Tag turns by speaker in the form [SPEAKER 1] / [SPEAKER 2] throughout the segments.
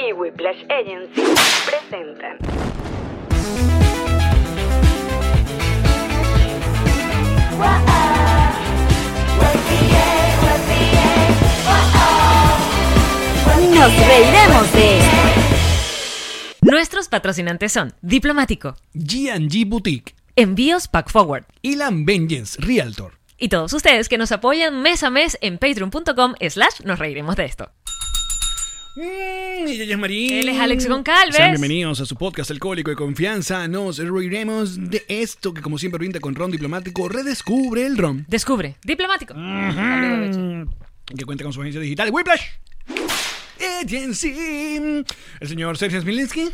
[SPEAKER 1] y Whiplash Agency presentan
[SPEAKER 2] Nos reiremos de esto. Nuestros patrocinantes son Diplomático,
[SPEAKER 3] G&G Boutique,
[SPEAKER 2] Envíos Pack Forward
[SPEAKER 3] Elan Vengeance Realtor,
[SPEAKER 2] y todos ustedes que nos apoyan mes a mes en patreon.com slash nos reiremos de esto.
[SPEAKER 3] Mm, y ella es Marín.
[SPEAKER 2] Él es Alex Goncalves.
[SPEAKER 3] Sean bienvenidos a su podcast Alcohólico de Confianza. Nos reiremos de esto que, como siempre, brinda con Ron Diplomático. Redescubre el Ron.
[SPEAKER 2] Descubre Diplomático.
[SPEAKER 3] Mm, Que cuenta con su agencia digital Whiplash Agency. El señor Sergio Smilinski.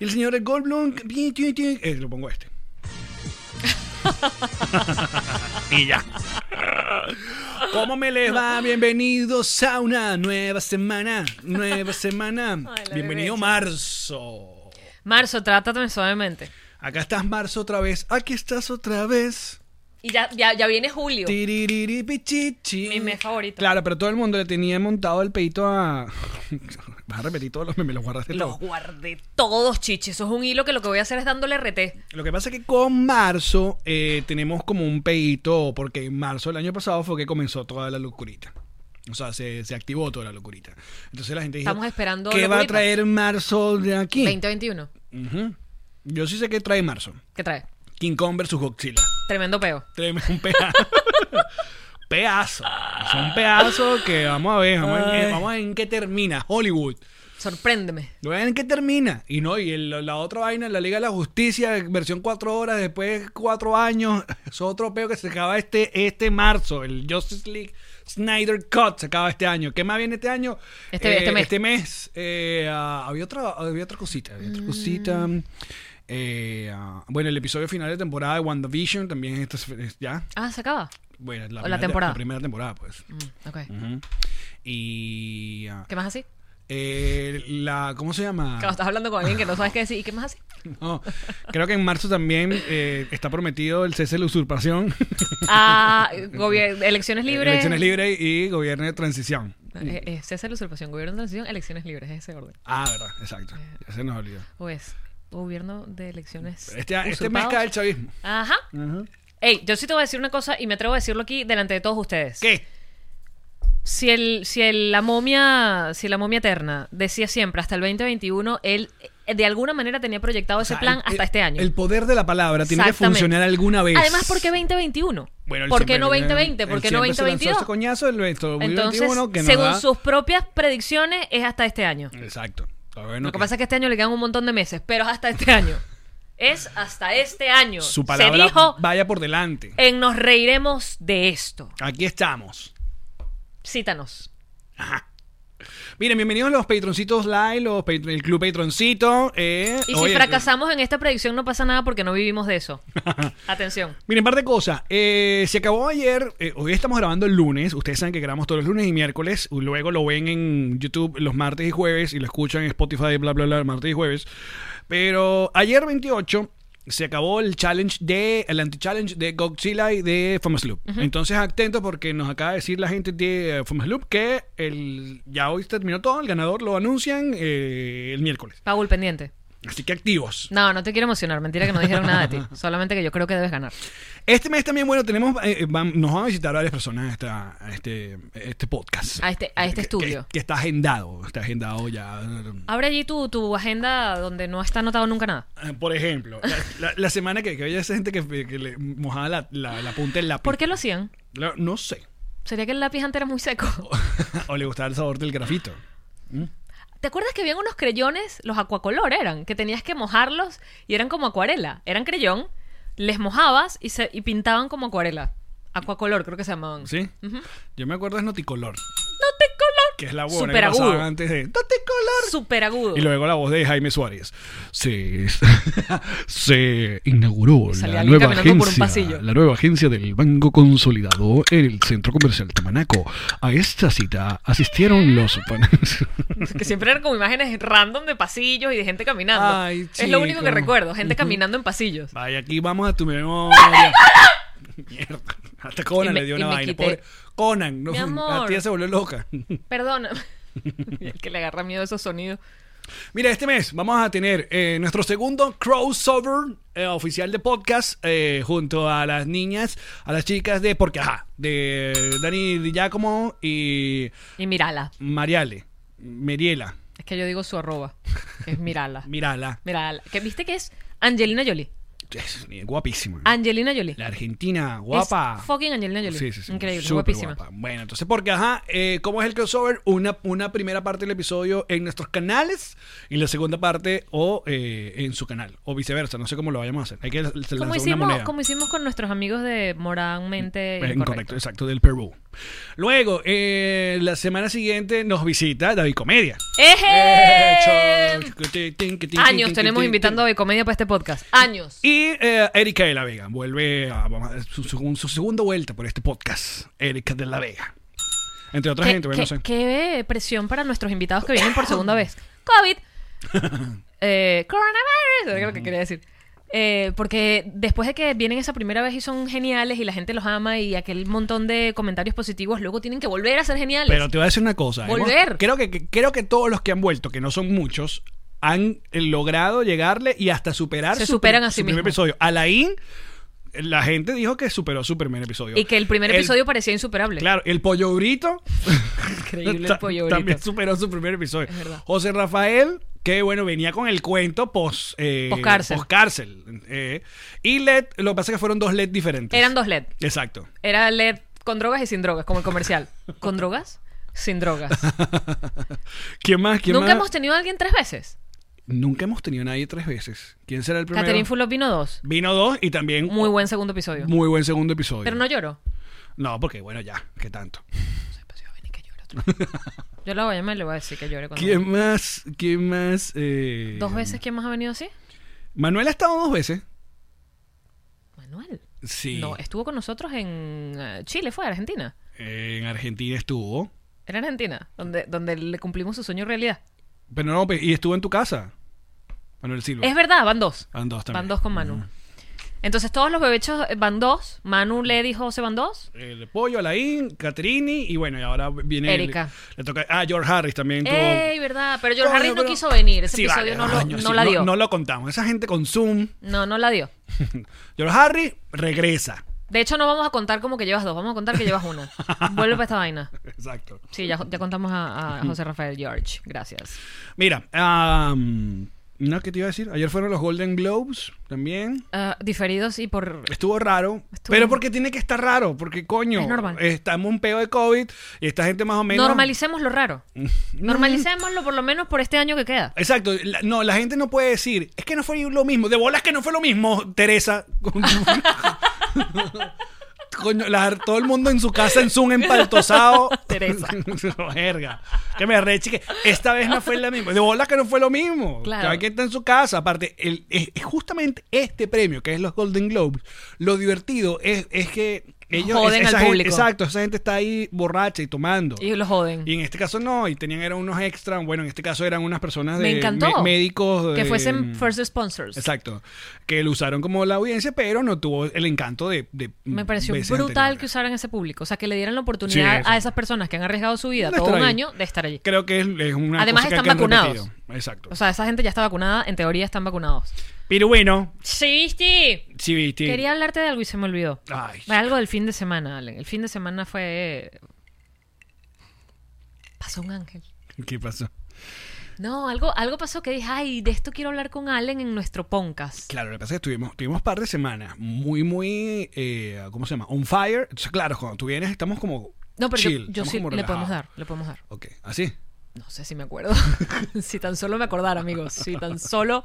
[SPEAKER 3] Y el señor Goldblum. Eh, lo pongo a este. y ya. ¿Cómo me les va? Bienvenidos a una nueva semana. Nueva semana. Bienvenido marzo.
[SPEAKER 2] Marzo, trátame suavemente.
[SPEAKER 3] Acá estás marzo otra vez. Aquí estás otra vez.
[SPEAKER 2] Y ya, ya, ya viene julio.
[SPEAKER 3] Tiririri, pichichi.
[SPEAKER 2] Mi mes favorito.
[SPEAKER 3] Claro, pero todo el mundo le tenía montado el pedito a. Vas a repetir todos los memes, los guardaste todos.
[SPEAKER 2] Los guardé todos, chiches. Eso es un hilo que lo que voy a hacer es dándole RT.
[SPEAKER 3] Lo que pasa es que con marzo eh, tenemos como un pedito, porque en marzo del año pasado fue que comenzó toda la locurita. O sea, se, se activó toda la locurita. Entonces la gente dijo,
[SPEAKER 2] Estamos esperando
[SPEAKER 3] ¿qué va a
[SPEAKER 2] locurita".
[SPEAKER 3] traer marzo de aquí?
[SPEAKER 2] 2021.
[SPEAKER 3] Ujú. Yo sí sé que trae marzo.
[SPEAKER 2] ¿Qué trae?
[SPEAKER 3] King Kong versus Godzilla.
[SPEAKER 2] Tremendo peo.
[SPEAKER 3] Tráeme un pedazo. pedazo. Es un pedazo que vamos a ver. Vamos a ver, vamos a ver en qué termina Hollywood.
[SPEAKER 2] Sorpréndeme.
[SPEAKER 3] Lo ven en qué termina. Y no, y el- la otra vaina, la Liga de la Justicia, versión cuatro horas, después de cuatro años. Es otro peo que se acaba este, este marzo. El Justice League Snyder Cut se acaba este año. ¿Qué más viene este año?
[SPEAKER 2] Este- este mes.
[SPEAKER 3] eh, ah, había, otra, había otra cosita. Había
[SPEAKER 2] Mm.
[SPEAKER 3] otra cosita. Eh, ah, bueno, el episodio final de temporada de WandaVision también. Esto es- es- ya.
[SPEAKER 2] Ah, se acaba.
[SPEAKER 3] Bueno,
[SPEAKER 2] O la
[SPEAKER 3] la, primera,
[SPEAKER 2] temporada.
[SPEAKER 3] la primera temporada, pues.
[SPEAKER 2] Mm, ok.
[SPEAKER 3] Ujú. Y. ah,
[SPEAKER 2] ¿Qué más así?
[SPEAKER 3] eh, la, ¿Cómo se llama?
[SPEAKER 2] Claro, estás hablando con alguien que no sabes qué decir. ¿Y qué más así?
[SPEAKER 3] No, creo que en marzo también eh, está prometido el cese de la usurpación,
[SPEAKER 2] Ah, gobier- elecciones libres.
[SPEAKER 3] elecciones libres y gobierno de transición.
[SPEAKER 2] Eh, eh, cese de la usurpación, gobierno de transición, elecciones libres, ese orden.
[SPEAKER 3] Ah, verdad, exacto. Ya se nos olvidó.
[SPEAKER 2] O es gobierno de elecciones.
[SPEAKER 3] Este, este mes
[SPEAKER 2] usurpados.
[SPEAKER 3] cae el chavismo.
[SPEAKER 2] Ajá. Ey, yo sí te voy a decir una cosa y me atrevo a decirlo aquí delante de todos ustedes.
[SPEAKER 3] ¿Qué?
[SPEAKER 2] Si el, si el- la momia, si la momia eterna decía siempre hasta el 2021, él eh, de alguna manera tenía proyectado ese
[SPEAKER 3] O sea,
[SPEAKER 2] plan
[SPEAKER 3] el-
[SPEAKER 2] hasta
[SPEAKER 3] el-
[SPEAKER 2] este año.
[SPEAKER 3] El poder de la palabra tiene que
[SPEAKER 2] Exactamente.
[SPEAKER 3] funcionar alguna vez.
[SPEAKER 2] Además, ¿por qué 2021?
[SPEAKER 3] Bueno, él
[SPEAKER 2] ¿Por qué
[SPEAKER 3] siempre-
[SPEAKER 2] no 2020?
[SPEAKER 3] él
[SPEAKER 2] ¿Por qué no
[SPEAKER 3] siempre se lanzó
[SPEAKER 2] 2022?
[SPEAKER 3] ese coñazo el 2021
[SPEAKER 2] Entonces,
[SPEAKER 3] que nos
[SPEAKER 2] según
[SPEAKER 3] da-
[SPEAKER 2] sus propias predicciones, es hasta este año.
[SPEAKER 3] Exacto. Todavía no
[SPEAKER 2] Lo que
[SPEAKER 3] queda.
[SPEAKER 2] pasa es que este año le quedan un montón de meses, pero es hasta este año. Es hasta este año.
[SPEAKER 3] Su palabra
[SPEAKER 2] Se dijo
[SPEAKER 3] vaya por delante.
[SPEAKER 2] en Nos Reiremos de esto.
[SPEAKER 3] Aquí estamos.
[SPEAKER 2] Cítanos.
[SPEAKER 3] Miren, bienvenidos a los Patroncitos Live, los patro- el Club Patroncito. eh,
[SPEAKER 2] Y si
[SPEAKER 3] oye,
[SPEAKER 2] fracasamos en esta predicción, no pasa nada porque no vivimos de eso. Atención.
[SPEAKER 3] Miren, par de cosas. Eh, se acabó ayer. eh, hoy estamos grabando el lunes. Ustedes saben que grabamos todos los lunes y miércoles. Luego lo ven en YouTube los martes y jueves y lo escuchan en Spotify, bla, bla, bla, martes y jueves. Pero ayer 28 se acabó el challenge de, el anti-challenge de Godzilla y de Famous Loop. Entonces, atentos porque nos acaba de decir la gente de eh, Famous Loop que el, ya hoy terminó todo. El ganador lo anuncian eh, el miércoles.
[SPEAKER 2] Paul, pendiente.
[SPEAKER 3] Así que activos.
[SPEAKER 2] No, no te quiero emocionar. Mentira que no dijeron nada de ti. Solamente que yo creo que debes ganar.
[SPEAKER 3] Este mes también, bueno, tenemos eh, eh, van- nos van a visitar varias personas a, esta- a este, a este podcast.
[SPEAKER 2] A este- a este
[SPEAKER 3] Que-
[SPEAKER 2] estudio.
[SPEAKER 3] Que, que está agendado, está agendado ya.
[SPEAKER 2] Abre allí tu, tu agenda donde no está anotado nunca nada.
[SPEAKER 3] Eh, Por ejemplo, la, la- la semana que, que había esa gente que, que le mojaba la, la- la punta del lápiz.
[SPEAKER 2] ¿Por qué lo hacían?
[SPEAKER 3] La- no sé.
[SPEAKER 2] ¿Sería que el lápiz antes era muy seco?
[SPEAKER 3] o le gustaba el sabor del grafito.
[SPEAKER 2] ¿Te acuerdas que habían unos creyones, los acuacolor eran, que tenías que mojarlos y eran como acuarela? Eran creyón, les mojabas y, se, y pintaban como acuarela. Aquacolor, creo que se llamaban.
[SPEAKER 3] ¿Sí? Yo me acuerdo es Noticolor,
[SPEAKER 2] Noticolor.
[SPEAKER 3] que es la voz que
[SPEAKER 2] Superagudo.
[SPEAKER 3] pasaban antes de Noticolor.
[SPEAKER 2] Súper agudo.
[SPEAKER 3] Y luego la voz de Jaime Suárez. Se, se inauguró
[SPEAKER 2] Salía
[SPEAKER 3] la
[SPEAKER 2] alguien
[SPEAKER 3] nueva,
[SPEAKER 2] caminando por un
[SPEAKER 3] agencia,
[SPEAKER 2] pasillo.
[SPEAKER 3] la nueva agencia del Banco Consolidado en el Centro Comercial Tamanaco. A esta cita asistieron los... pan-
[SPEAKER 2] Que siempre eran como imágenes random de pasillos y de gente caminando.
[SPEAKER 3] Ay,
[SPEAKER 2] es lo único que
[SPEAKER 3] chico.
[SPEAKER 2] recuerdo, gente caminando en pasillos.
[SPEAKER 3] Vaya, aquí vamos a tu memoria. Mierda. Hasta Conan
[SPEAKER 2] Y me-
[SPEAKER 3] le dio
[SPEAKER 2] y
[SPEAKER 3] una
[SPEAKER 2] me
[SPEAKER 3] vaina.
[SPEAKER 2] quité.
[SPEAKER 3] pobre. Conan, no,
[SPEAKER 2] Mi
[SPEAKER 3] la
[SPEAKER 2] amor.
[SPEAKER 3] tía se volvió loca.
[SPEAKER 2] Perdona. el que le agarra miedo a esos sonidos.
[SPEAKER 3] Mira, este mes vamos a tener eh, nuestro segundo crossover eh, oficial de podcast eh, junto a las niñas, a las chicas de Porque Ajá, de Dani Di Giacomo y
[SPEAKER 2] Y mírala.
[SPEAKER 3] Mariale, Meriela,
[SPEAKER 2] Es que yo digo su arroba. que es mírala.
[SPEAKER 3] Mirala.
[SPEAKER 2] mírala. Que viste que es Angelina Jolie.
[SPEAKER 3] Es guapísima.
[SPEAKER 2] Angelina Jolie.
[SPEAKER 3] La Argentina,
[SPEAKER 2] Es
[SPEAKER 3] guapa.
[SPEAKER 2] fucking Angelina Jolie.
[SPEAKER 3] Sí, sí, sí.
[SPEAKER 2] Increíble,
[SPEAKER 3] Súper
[SPEAKER 2] guapísima.
[SPEAKER 3] guapa. Bueno, entonces, porque, ajá, eh, ¿cómo es el crossover? Una, una primera parte del episodio en nuestros canales y la segunda parte o eh, en su canal, o viceversa, no sé cómo lo vayamos a hacer. Hay que lanzar
[SPEAKER 2] Como
[SPEAKER 3] una
[SPEAKER 2] hicimos,
[SPEAKER 3] moneda.
[SPEAKER 2] como hicimos con nuestros amigos de Moralmente
[SPEAKER 3] Eh, incorrecto.
[SPEAKER 2] Incorrecto.
[SPEAKER 3] exacto, del Perú. Luego, eh, la semana siguiente nos visita David Comedia.
[SPEAKER 2] ¡Eje!
[SPEAKER 3] Eh, cho- tin, tin, tin, tin,
[SPEAKER 2] Años
[SPEAKER 3] tin,
[SPEAKER 2] tenemos
[SPEAKER 3] tin,
[SPEAKER 2] invitando
[SPEAKER 3] tin.
[SPEAKER 2] de comedia para este podcast. Años.
[SPEAKER 3] Y eh, Erika de la Vega vuelve a, vamos a- su, su- su segunda vuelta por este podcast. Erika de la Vega. Entre otras
[SPEAKER 2] ¿Qué,
[SPEAKER 3] gente, bueno,
[SPEAKER 2] qué-
[SPEAKER 3] no sé.
[SPEAKER 2] qué presión para nuestros invitados que vienen por segunda vez. COVID. Eh, coronavirus. Era lo que quería decir. Eh, porque después de que vienen esa primera vez y son geniales y la gente los ama y aquel montón de comentarios positivos, luego tienen que volver a ser geniales.
[SPEAKER 3] Pero te voy a decir una cosa. hemos-
[SPEAKER 2] Volver.
[SPEAKER 3] creo, que, que- creo que todos los que han vuelto, que no son muchos, han eh, logrado llegarle y hasta superar
[SPEAKER 2] Se
[SPEAKER 3] su,
[SPEAKER 2] superan a
[SPEAKER 3] su
[SPEAKER 2] sí
[SPEAKER 3] primer
[SPEAKER 2] mismos.
[SPEAKER 3] episodio. Alain, la gente dijo que superó su primer episodio.
[SPEAKER 2] y que el primer episodio parecía insuperable.
[SPEAKER 3] Claro, el pollo brito.
[SPEAKER 2] Increíble el
[SPEAKER 3] ta-
[SPEAKER 2] pollo ahorita.
[SPEAKER 3] También superó su primer episodio.
[SPEAKER 2] Es verdad.
[SPEAKER 3] José Rafael, que bueno, venía con el cuento pos, eh,
[SPEAKER 2] Poscárcel.
[SPEAKER 3] poscárcel, eh. y LED, lo que pasa es que fueron dos LED diferentes.
[SPEAKER 2] Eran dos LED.
[SPEAKER 3] Exacto.
[SPEAKER 2] Era LED con drogas y sin drogas, como el comercial. ¿Con drogas? Sin drogas.
[SPEAKER 3] ¿Quién más? ¿Quién
[SPEAKER 2] Nunca
[SPEAKER 3] más?
[SPEAKER 2] hemos tenido a alguien tres veces.
[SPEAKER 3] Nunca hemos tenido a nadie tres veces. ¿Quién será el primero?
[SPEAKER 2] Catherine Fulop vino dos.
[SPEAKER 3] Vino dos y también
[SPEAKER 2] Muy buen segundo episodio.
[SPEAKER 3] muy buen segundo episodio.
[SPEAKER 2] Pero no lloro.
[SPEAKER 3] No, porque bueno, ya, qué tanto.
[SPEAKER 2] Yo la voy a llamar y le voy a decir que llore. Cuando
[SPEAKER 3] ¿Quién más? ¿Quién más? Eh,
[SPEAKER 2] ¿Dos veces quién más ha venido así?
[SPEAKER 3] Manuel ha estado dos veces.
[SPEAKER 2] Manuel.
[SPEAKER 3] Sí.
[SPEAKER 2] No, estuvo con nosotros en eh, Chile, fue Argentina.
[SPEAKER 3] en Argentina estuvo.
[SPEAKER 2] Era Argentina, donde, donde le cumplimos su sueño realidad.
[SPEAKER 3] Pero no, pe- y estuvo en tu casa. Manuel Silva.
[SPEAKER 2] Es verdad, van dos.
[SPEAKER 3] Van dos también. Mm.
[SPEAKER 2] Van dos con Manu. Entonces todos los bebechos eh, van dos. Manu, Lady, José van dos.
[SPEAKER 3] El Eh, pollo, Alain, Catrini y bueno, y ahora viene. el-
[SPEAKER 2] Erika.
[SPEAKER 3] le toca, ah, George Harris también. tuvo-
[SPEAKER 2] ¡Ey, verdad! Pero George
[SPEAKER 3] Coño,
[SPEAKER 2] Harris no
[SPEAKER 3] pero-
[SPEAKER 2] quiso venir. Ese
[SPEAKER 3] Sí,
[SPEAKER 2] episodio
[SPEAKER 3] vale,
[SPEAKER 2] no, lo,
[SPEAKER 3] coño,
[SPEAKER 2] no
[SPEAKER 3] sí,
[SPEAKER 2] la dio.
[SPEAKER 3] No,
[SPEAKER 2] No,
[SPEAKER 3] lo contamos. Esa gente con Zoom.
[SPEAKER 2] no, la dio.
[SPEAKER 3] George Harris regresa.
[SPEAKER 2] De hecho, no vamos a contar como que llevas dos. Vamos a contar que llevas una. Vuelve para esta vaina.
[SPEAKER 3] Exacto.
[SPEAKER 2] Sí, ya, ya contamos a, a José Rafael George. Gracias.
[SPEAKER 3] Mira, am, no, ¿qué te iba a decir? Ayer fueron los Golden Globes también.
[SPEAKER 2] Ah, diferidos y por
[SPEAKER 3] Estuvo raro.
[SPEAKER 2] Estuvo-
[SPEAKER 3] Pero porque tiene que estar raro, porque coño,
[SPEAKER 2] Es normal.
[SPEAKER 3] estamos un peo de COVID y esta gente más o menos...
[SPEAKER 2] Normalicemos lo raro.
[SPEAKER 3] Mm.
[SPEAKER 2] Normalicémoslo por lo menos por este año que queda.
[SPEAKER 3] Exacto, la- no, la gente no puede decir, es que no fue lo mismo, de bolas que no fue lo mismo, Teresa. Coño, la- todo el mundo en su casa en Zoom empaltosado. Teresa. Verga. Que me arreche que esta vez no fue la misma. De bolas que no fue lo mismo.
[SPEAKER 2] Claro.
[SPEAKER 3] Cada quien está en su casa. Aparte, el, es- es justamente este premio, que es los Golden Globes, lo divertido es, es que ellos.
[SPEAKER 2] Joden
[SPEAKER 3] esa
[SPEAKER 2] al
[SPEAKER 3] gente-
[SPEAKER 2] público.
[SPEAKER 3] exacto, esa gente está ahí borracha y tomando.
[SPEAKER 2] Y lo joden.
[SPEAKER 3] Y en este caso no, y tenían eran unos extras, bueno, en este caso eran unas personas de
[SPEAKER 2] Me encantó.
[SPEAKER 3] mé- médicos
[SPEAKER 2] que
[SPEAKER 3] de- mm,
[SPEAKER 2] fuesen first sponsors.
[SPEAKER 3] Exacto, que lo usaron como la audiencia, pero no tuvo el encanto de, de
[SPEAKER 2] Me pareció
[SPEAKER 3] veces
[SPEAKER 2] brutal
[SPEAKER 3] anteriores.
[SPEAKER 2] que usaran ese público. O sea, que le dieran la
[SPEAKER 3] Sí,
[SPEAKER 2] oportunidad
[SPEAKER 3] eso.
[SPEAKER 2] a esas personas que han arriesgado su vida
[SPEAKER 3] De
[SPEAKER 2] todo
[SPEAKER 3] estar
[SPEAKER 2] un
[SPEAKER 3] ahí.
[SPEAKER 2] año de estar allí.
[SPEAKER 3] Creo que es, es una
[SPEAKER 2] Además
[SPEAKER 3] cosa que-
[SPEAKER 2] están
[SPEAKER 3] que han
[SPEAKER 2] vacunados.
[SPEAKER 3] repetido. Exacto.
[SPEAKER 2] O sea, esa gente ya está vacunada. En teoría están vacunados.
[SPEAKER 3] pero bueno,
[SPEAKER 2] Sí, viste.
[SPEAKER 3] sí viste.
[SPEAKER 2] Quería hablarte de algo y se me olvidó.
[SPEAKER 3] Ay,
[SPEAKER 2] Algo del fin de semana, Allen. El fin de semana fue... Pasó un ángel.
[SPEAKER 3] ¿qué pasó?
[SPEAKER 2] No, algo, algo pasó que dije, ay, de esto quiero hablar con Allen en nuestro podcast.
[SPEAKER 3] Claro, lo que pasa es que tuvimos, tuvimos par de semanas muy, muy, eh, ¿cómo se llama? On fire. Entonces, claro, cuando tú vienes estamos como
[SPEAKER 2] No, pero yo-
[SPEAKER 3] chill,
[SPEAKER 2] yo,
[SPEAKER 3] estamos
[SPEAKER 2] sí,
[SPEAKER 3] como
[SPEAKER 2] le podemos
[SPEAKER 3] relajados.
[SPEAKER 2] dar, le podemos dar.
[SPEAKER 3] Ok, así.
[SPEAKER 2] No sé si me acuerdo. si tan solo me acordara, amigos. Si tan solo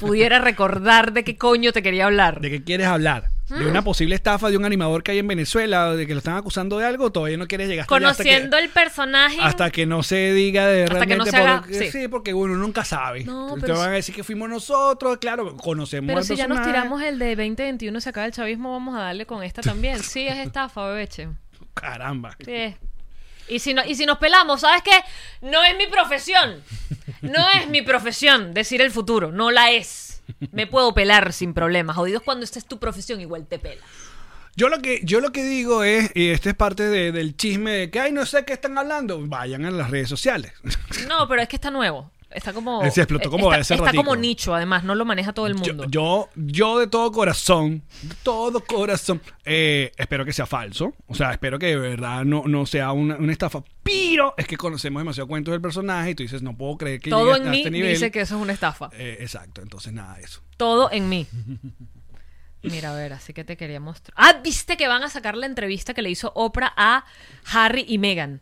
[SPEAKER 2] pudiera recordar de qué coño te quería hablar.
[SPEAKER 3] ¿De qué quieres hablar? ¿De
[SPEAKER 2] Mm.
[SPEAKER 3] una posible estafa de un animador que hay en Venezuela? ¿De que lo están acusando de algo? ¿Todavía no quieres llegar hasta allá hasta que-
[SPEAKER 2] Conociendo el personaje.
[SPEAKER 3] Hasta que no se diga de
[SPEAKER 2] Hasta que no
[SPEAKER 3] realmente.
[SPEAKER 2] se haga-
[SPEAKER 3] por-
[SPEAKER 2] sí.
[SPEAKER 3] sí. porque uno nunca sabe.
[SPEAKER 2] No,
[SPEAKER 3] Te
[SPEAKER 2] pero
[SPEAKER 3] van
[SPEAKER 2] si-
[SPEAKER 3] a decir que fuimos nosotros, claro, conocemos
[SPEAKER 2] Pero
[SPEAKER 3] al
[SPEAKER 2] si ya nos
[SPEAKER 3] personaje.
[SPEAKER 2] tiramos el de 2021, se acaba el chavismo, vamos a darle con esta también. Sí, es estafa, bebeche.
[SPEAKER 3] Caramba.
[SPEAKER 2] Sí es. Y si, no, y si nos pelamos, ¿sabes qué? No es mi profesión. No es mi profesión decir el futuro. No la es. Me puedo pelar sin problemas. Jodidos cuando esta es tu profesión, igual te pelas.
[SPEAKER 3] Yo lo que, yo lo que digo es, y este es parte de- del chisme de que, ay, no sé qué están hablando, vayan a las redes sociales.
[SPEAKER 2] No, pero es que está nuevo. Está como. eh,
[SPEAKER 3] Se Eh, explotó como
[SPEAKER 2] está,
[SPEAKER 3] ese
[SPEAKER 2] está
[SPEAKER 3] ratico.
[SPEAKER 2] como nicho, además. No lo maneja todo el mundo.
[SPEAKER 3] Yo, yo, yo de todo corazón, de todo corazón, eh, espero que sea falso. O sea, espero que de verdad no, no sea una, una estafa. Pero es que conocemos demasiado cuentos del personaje y tú dices, no puedo creer que
[SPEAKER 2] todo
[SPEAKER 3] llegue
[SPEAKER 2] en
[SPEAKER 3] hasta
[SPEAKER 2] mí
[SPEAKER 3] este nivel.
[SPEAKER 2] dice que eso es una estafa.
[SPEAKER 3] Eh, exacto, entonces nada de eso.
[SPEAKER 2] Todo en mí. Mira, a ver, así que te quería mostrar. Ah, viste que van a sacar la entrevista que le hizo Oprah a Harry y Meghan.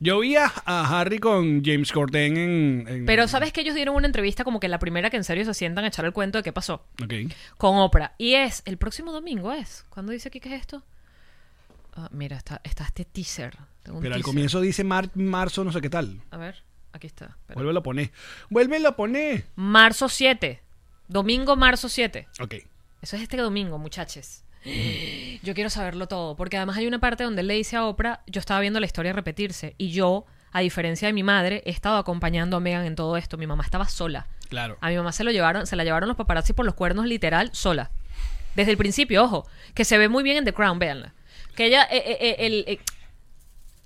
[SPEAKER 3] Yo vi a, a Harry con James Corden en... en-
[SPEAKER 2] Pero sabes que ellos dieron una entrevista como que la primera que en serio se sientan a echar el cuento de qué pasó
[SPEAKER 3] Ok.
[SPEAKER 2] con Oprah. Y es el próximo domingo, ¿es? ¿Cuándo dice aquí que es esto? Ah, mira, está, está este teaser. Tengo un
[SPEAKER 3] Pero al
[SPEAKER 2] teaser.
[SPEAKER 3] comienzo dice mar- marzo no sé qué tal.
[SPEAKER 2] A ver, aquí está. Espera.
[SPEAKER 3] Vuélvelo a poner. Vuélvelo a poner.
[SPEAKER 2] Marzo 7. Domingo, marzo 7.
[SPEAKER 3] Ok.
[SPEAKER 2] Eso es este domingo, muchachos. Yo quiero saberlo todo, porque además hay una parte donde él le dice a Oprah, yo estaba viendo la historia repetirse, y yo, a diferencia de mi madre, he estado acompañando a Megan en todo esto. Mi mamá estaba sola.
[SPEAKER 3] Claro.
[SPEAKER 2] A mi mamá se lo llevaron, se la llevaron los paparazzi por los cuernos literal sola. Desde el principio, ojo, que se ve muy bien en The Crown, véanla. Que ella, eh, eh, eh, el, eh,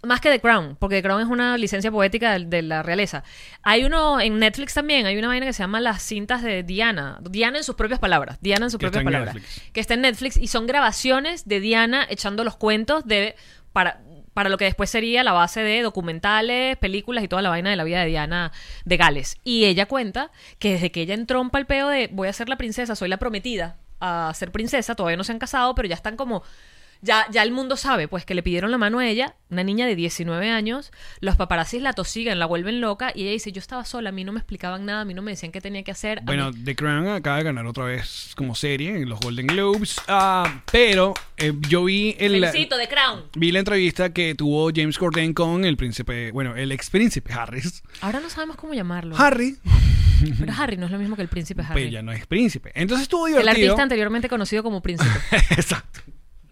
[SPEAKER 2] más que The Crown, porque The Crown es una licencia poética de, de la realeza. Hay uno en Netflix también, hay una vaina que se llama Las cintas de Diana. Diana en sus propias palabras. Diana en sus
[SPEAKER 3] Que
[SPEAKER 2] propias
[SPEAKER 3] está en
[SPEAKER 2] palabras.
[SPEAKER 3] Netflix.
[SPEAKER 2] Que está en Netflix y son grabaciones de Diana echando los cuentos de para para lo que después sería la base de documentales, películas y toda la vaina de la vida de Diana de Gales. Y ella cuenta que desde que ella entró en palpeo de voy a ser la princesa, soy la prometida a ser princesa, todavía no se han casado, pero ya están como ya, ya el mundo sabe, pues que le pidieron la mano a ella, una niña de 19 años, los paparazzis la tosigan, la vuelven loca y ella dice, yo estaba sola, a mí no me explicaban nada, a mí no me decían qué tenía que hacer. a
[SPEAKER 3] Bueno,
[SPEAKER 2] mí-
[SPEAKER 3] The Crown acaba de ganar otra vez como serie en los Golden Globes. Ah, pero eh, yo vi el...
[SPEAKER 2] Felicito, The Crown.
[SPEAKER 3] Vi la entrevista que tuvo James Corden con el príncipe, bueno, el ex príncipe Harris.
[SPEAKER 2] Ahora no sabemos cómo llamarlo.
[SPEAKER 3] Harry,
[SPEAKER 2] Pero Harry no es lo mismo que el príncipe Harry.
[SPEAKER 3] pues ya no es príncipe. Entonces estuvo
[SPEAKER 2] el
[SPEAKER 3] divertido.
[SPEAKER 2] artista anteriormente conocido como príncipe.
[SPEAKER 3] Exacto.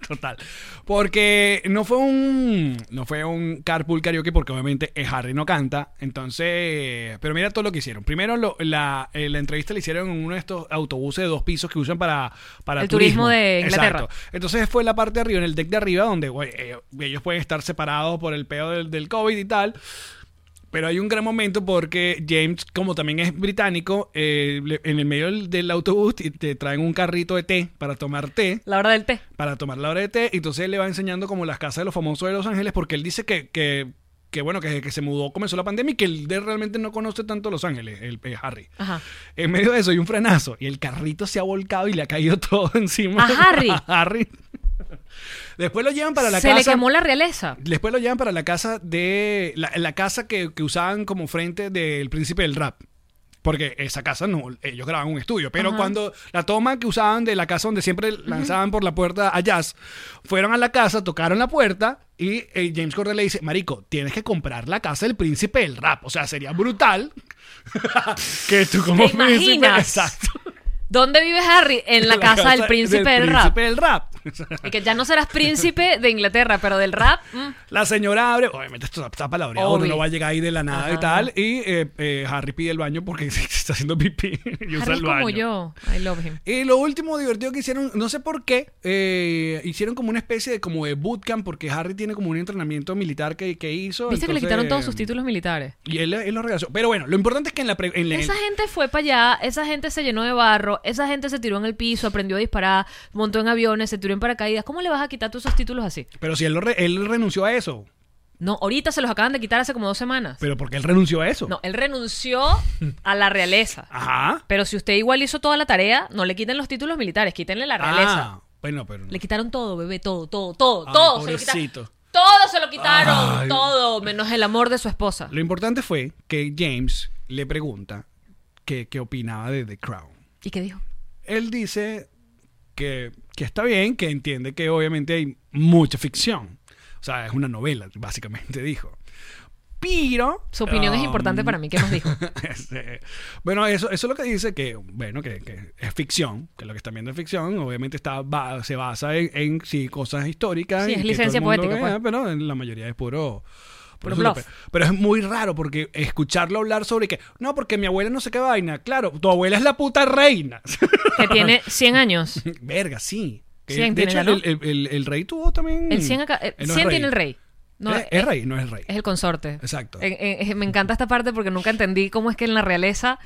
[SPEAKER 3] Total. Porque no fue un no fue un carpool karaoke porque obviamente eh, Harry no canta. Entonces, pero mira todo lo que hicieron. Primero lo- la, eh, la entrevista la hicieron en uno de estos autobuses de dos pisos que usan para para
[SPEAKER 2] El turismo de Inglaterra.
[SPEAKER 3] Exacto. Entonces fue la parte de arriba, en el deck de arriba donde güey, eh, ellos pueden estar separados por el pedo del, del COVID y tal. Pero hay un gran momento porque James, como también es británico, eh, le- en el medio del, del autobús te- te traen un carrito de té para tomar té
[SPEAKER 2] La hora del té.
[SPEAKER 3] para tomar la hora de té. Y entonces él le va enseñando como las casas de los famosos de Los Ángeles, porque él dice que, que, que, bueno, que desde que se mudó comenzó la pandemia y que él de- realmente no conoce tanto Los Ángeles, el, eh, Harry.
[SPEAKER 2] Ajá.
[SPEAKER 3] En medio de eso hay un frenazo y el carrito se ha volcado y le ha caído todo encima.
[SPEAKER 2] ¿A Harry?
[SPEAKER 3] A Harry. Después lo llevan para la
[SPEAKER 2] Se
[SPEAKER 3] casa.
[SPEAKER 2] le quemó la realeza.
[SPEAKER 3] Después lo llevan para la casa de. La, la casa que, que usaban como frente del príncipe del rap. Porque esa casa no, ellos graban un estudio. Pero cuando la toma que usaban de la casa donde siempre lanzaban por la puerta a Jazz, fueron a la casa, tocaron la puerta y eh, James Corden le dice: Marico, tienes que comprar la casa del príncipe del rap. O sea, sería brutal que tú como
[SPEAKER 2] ¿Te imaginas?
[SPEAKER 3] Exacto.
[SPEAKER 2] ¿Dónde vive Harry? En la, casa, del príncipe del, rap.
[SPEAKER 3] príncipe del rap.
[SPEAKER 2] Y que ya no serás príncipe de Inglaterra, pero del rap. mm.
[SPEAKER 3] La señora abre, obviamente esto está palabreado, uno
[SPEAKER 2] Obvio.
[SPEAKER 3] no va a llegar ahí de la nada y
[SPEAKER 2] Ajá.
[SPEAKER 3] tal. Y eh, eh, Harry pide el baño porque se está haciendo pipí y usa
[SPEAKER 2] Harry es
[SPEAKER 3] el baño.
[SPEAKER 2] como yo. I love him.
[SPEAKER 3] Y lo último divertido que hicieron, no sé por qué, eh, hicieron como una especie de como de bootcamp porque Harry tiene como un entrenamiento militar que, que hizo.
[SPEAKER 2] Viste que le
[SPEAKER 3] entonces,
[SPEAKER 2] quitaron todos
[SPEAKER 3] eh,
[SPEAKER 2] sus títulos militares.
[SPEAKER 3] Y él, él los regaló. Pero bueno, lo importante es que en la... pre- en la-
[SPEAKER 2] Esa gente fue para allá, esa gente se llenó de barro, esa gente se tiró en el piso, aprendió a disparar, montó en aviones, se tiró en paracaídas. ¿Cómo le vas a quitar todos esos títulos así?
[SPEAKER 3] pero si él, lo re- él renunció a eso.
[SPEAKER 2] No, ahorita se los acaban de quitar hace como dos semanas.
[SPEAKER 3] Pero porque él renunció a eso.
[SPEAKER 2] No, él renunció a la realeza.
[SPEAKER 3] Ajá.
[SPEAKER 2] Pero si usted igual hizo toda la tarea, no le quiten los títulos militares, quítenle la realeza.
[SPEAKER 3] Ah, bueno, pero...
[SPEAKER 2] Le quitaron todo, bebé, todo, todo, todo,
[SPEAKER 3] Ay,
[SPEAKER 2] todo. Se lo quitaron.
[SPEAKER 3] pobrecito.
[SPEAKER 2] Todo todo se lo quitaron.
[SPEAKER 3] Ay.
[SPEAKER 2] Todo, menos el amor de su esposa.
[SPEAKER 3] Lo importante fue que James le pregunta qué qué opinaba de The Crown.
[SPEAKER 2] ¿Y qué dijo?
[SPEAKER 3] Él dice que, que está bien, que entiende que obviamente hay mucha ficción. O sea, es una novela, básicamente dijo. Pero...
[SPEAKER 2] Su opinión es
[SPEAKER 3] um,
[SPEAKER 2] importante para mí. ¿Qué nos dijo?
[SPEAKER 3] Este, bueno, eso, eso es lo que dice que, bueno, que, que es ficción, que lo que están viendo es ficción, obviamente está ba- se basa en, en, sí, cosas históricas.
[SPEAKER 2] Sí,
[SPEAKER 3] y
[SPEAKER 2] es
[SPEAKER 3] que todo
[SPEAKER 2] licencia
[SPEAKER 3] el mundo
[SPEAKER 2] poética, pues.
[SPEAKER 3] Pero en la mayoría es puro...
[SPEAKER 2] Puro
[SPEAKER 3] eso es lo
[SPEAKER 2] bluff.
[SPEAKER 3] pe- Pero es muy raro porque escucharlo hablar sobre que, no, porque mi abuela no sé qué vaina, claro, tu abuela es la puta reina.
[SPEAKER 2] que tiene 100 años.
[SPEAKER 3] Verga, sí. Que,
[SPEAKER 2] Cien
[SPEAKER 3] de
[SPEAKER 2] tiene
[SPEAKER 3] hecho,
[SPEAKER 2] ya, ¿no?
[SPEAKER 3] el, el- el- el rey tuvo también...
[SPEAKER 2] El 100, acá, el
[SPEAKER 3] Él no es
[SPEAKER 2] 100 tiene el rey. No,
[SPEAKER 3] es,
[SPEAKER 2] eh,
[SPEAKER 3] es rey, no es rey.
[SPEAKER 2] Es el consorte.
[SPEAKER 3] Exacto.
[SPEAKER 2] Eh, eh, eh, me encanta esta parte porque nunca entendí cómo es que en la realeza,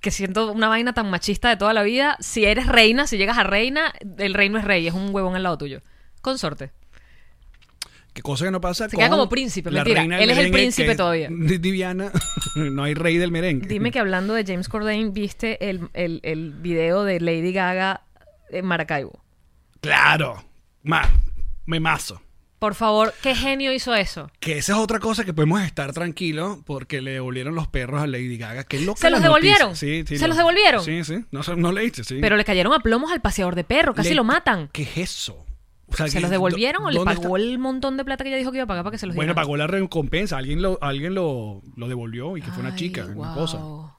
[SPEAKER 2] que siento una vaina tan machista de toda la vida, si eres reina, si llegas a reina, el rey no es rey, es un huevón al lado tuyo. Consorte.
[SPEAKER 3] Que cosa que no pasa
[SPEAKER 2] Se queda
[SPEAKER 3] con
[SPEAKER 2] como príncipe,
[SPEAKER 3] la
[SPEAKER 2] mentira.
[SPEAKER 3] reina del
[SPEAKER 2] Él es el
[SPEAKER 3] merengue,
[SPEAKER 2] príncipe
[SPEAKER 3] que es
[SPEAKER 2] todavía.
[SPEAKER 3] di- Diviana, no hay rey del merengue.
[SPEAKER 2] Dime que hablando de James Corden, ¿viste el, el- el video de Lady Gaga en Maracaibo?
[SPEAKER 3] Claro. Ma, me mazo.
[SPEAKER 2] Por favor, ¿qué genio hizo eso?
[SPEAKER 3] Que esa es otra cosa que podemos estar tranquilos porque le devolvieron los perros a Lady Gaga. Que loca
[SPEAKER 2] ¿Se
[SPEAKER 3] la
[SPEAKER 2] los
[SPEAKER 3] noticia.
[SPEAKER 2] devolvieron?
[SPEAKER 3] Sí, sí,
[SPEAKER 2] ¿Se
[SPEAKER 3] no.
[SPEAKER 2] los devolvieron?
[SPEAKER 3] Sí, sí. No, sé, no leíste, sí.
[SPEAKER 2] Pero le cayeron a plomos al paseador de perro, casi
[SPEAKER 3] Le-
[SPEAKER 2] lo matan.
[SPEAKER 3] ¿Qué es eso? O sea,
[SPEAKER 2] ¿Se
[SPEAKER 3] que-
[SPEAKER 2] los devolvieron o le
[SPEAKER 3] ¿dónde
[SPEAKER 2] pagó
[SPEAKER 3] está?
[SPEAKER 2] el montón de plata que ella dijo que iba a pagar para que se los
[SPEAKER 3] Bueno,
[SPEAKER 2] dieran?
[SPEAKER 3] pagó la recompensa. Alguien lo, alguien lo, lo devolvió y que fue una chica,
[SPEAKER 2] Ay,
[SPEAKER 3] una
[SPEAKER 2] guau.
[SPEAKER 3] cosa.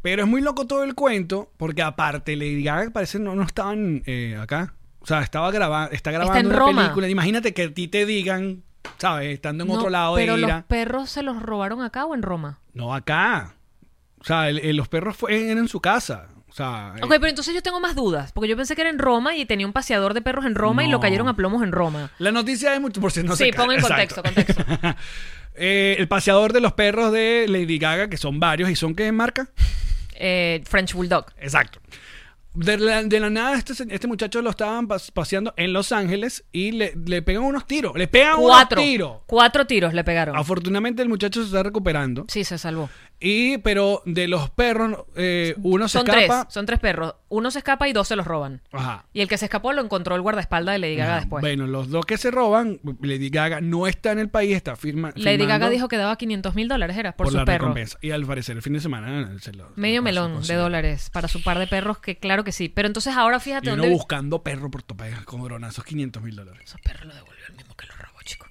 [SPEAKER 3] Pero es muy loco todo el cuento, porque aparte Lady Gaga parece no, no estaban eh, acá. O sea, estaba grabando, está grabando
[SPEAKER 2] en
[SPEAKER 3] una
[SPEAKER 2] Roma.
[SPEAKER 3] película. Imagínate que a ti te digan, ¿sabes? Estando en
[SPEAKER 2] No,
[SPEAKER 3] otro lado de
[SPEAKER 2] pero
[SPEAKER 3] ira.
[SPEAKER 2] los perros se los robaron acá o en Roma.
[SPEAKER 3] No acá. O sea, el- el- los perros fue, eran en su casa. O sea, eh,
[SPEAKER 2] Ok, pero entonces yo tengo más dudas, porque yo pensé que era en Roma y tenía un paseador de perros en Roma y lo
[SPEAKER 3] No.
[SPEAKER 2] cayeron a plomos en Roma.
[SPEAKER 3] la noticia es mucho por si no
[SPEAKER 2] sí,
[SPEAKER 3] se ca-
[SPEAKER 2] pongo en
[SPEAKER 3] Exacto.
[SPEAKER 2] contexto, contexto.
[SPEAKER 3] Eh, el paseador de los perros de Lady Gaga, que son varios y son qué marca?
[SPEAKER 2] Eh, French Bulldog.
[SPEAKER 3] Exacto. De la, de la nada, este, se- este muchacho lo estaban pas- paseando en Los Ángeles y le, le pegan unos tiros. Le pegan
[SPEAKER 2] Cuatro.
[SPEAKER 3] Ah, unos tiros.
[SPEAKER 2] Cuatro tiros le pegaron.
[SPEAKER 3] Afortunadamente, el muchacho se está recuperando.
[SPEAKER 2] Sí, se salvó.
[SPEAKER 3] Y, pero de los perros, eh, uno se
[SPEAKER 2] Son
[SPEAKER 3] escapa.
[SPEAKER 2] tres, son tres perros. Uno se escapa y dos se los roban.
[SPEAKER 3] Ajá.
[SPEAKER 2] Y el que se escapó lo encontró el guardaespaldas de Lady Gaga después.
[SPEAKER 3] Bueno, los dos que se roban, Lady Gaga no está en el país, está firma.
[SPEAKER 2] Lady
[SPEAKER 3] firmando
[SPEAKER 2] Gaga dijo que daba 500 mil dólares, era, por,
[SPEAKER 3] la
[SPEAKER 2] sus perros.
[SPEAKER 3] recompensa. Y al parecer el fin de semana eh, se lo-
[SPEAKER 2] Medio
[SPEAKER 3] se lo
[SPEAKER 2] melón de
[SPEAKER 3] consiguió.
[SPEAKER 2] dólares para su par de perros, que claro que sí. Pero entonces ahora fíjate
[SPEAKER 3] Y uno
[SPEAKER 2] dónde...
[SPEAKER 3] buscando perro por topes con esos 500 mil dólares.
[SPEAKER 2] Esos perros lo devolvió el mismo que lo robó, chico.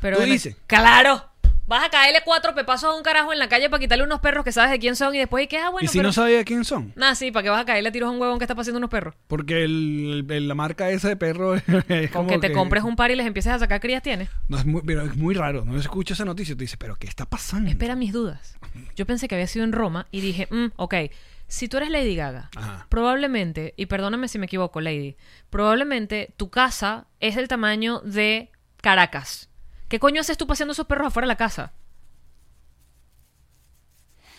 [SPEAKER 2] Pero
[SPEAKER 3] ¿Tú
[SPEAKER 2] bueno,
[SPEAKER 3] dices?
[SPEAKER 2] Claro. Vas a caerle cuatro pepazos a un carajo en la calle para quitarle unos perros que sabes de quién son y después y que ah, bueno,
[SPEAKER 3] y si
[SPEAKER 2] pero...
[SPEAKER 3] no sabía quién son,
[SPEAKER 2] Nah, sí, para que vas a caerle a tiros a un huevón que está pasando unos perros.
[SPEAKER 3] porque el- el- la marca esa de perro es
[SPEAKER 2] Con
[SPEAKER 3] como
[SPEAKER 2] que te compres un par y les empieces a sacar crías tienes.
[SPEAKER 3] No, es muy, pero es muy raro, no escucha esa noticia y te dices, pero ¿qué está pasando?
[SPEAKER 2] Espera mis dudas. Yo pensé que había sido en Roma y dije, mm, ok, si tú eres Lady Gaga,
[SPEAKER 3] Ajá.
[SPEAKER 2] probablemente, y perdóname si me equivoco, Lady, probablemente tu casa es del tamaño de Caracas. ¿Qué coño haces tú paseando esos perros afuera de la casa?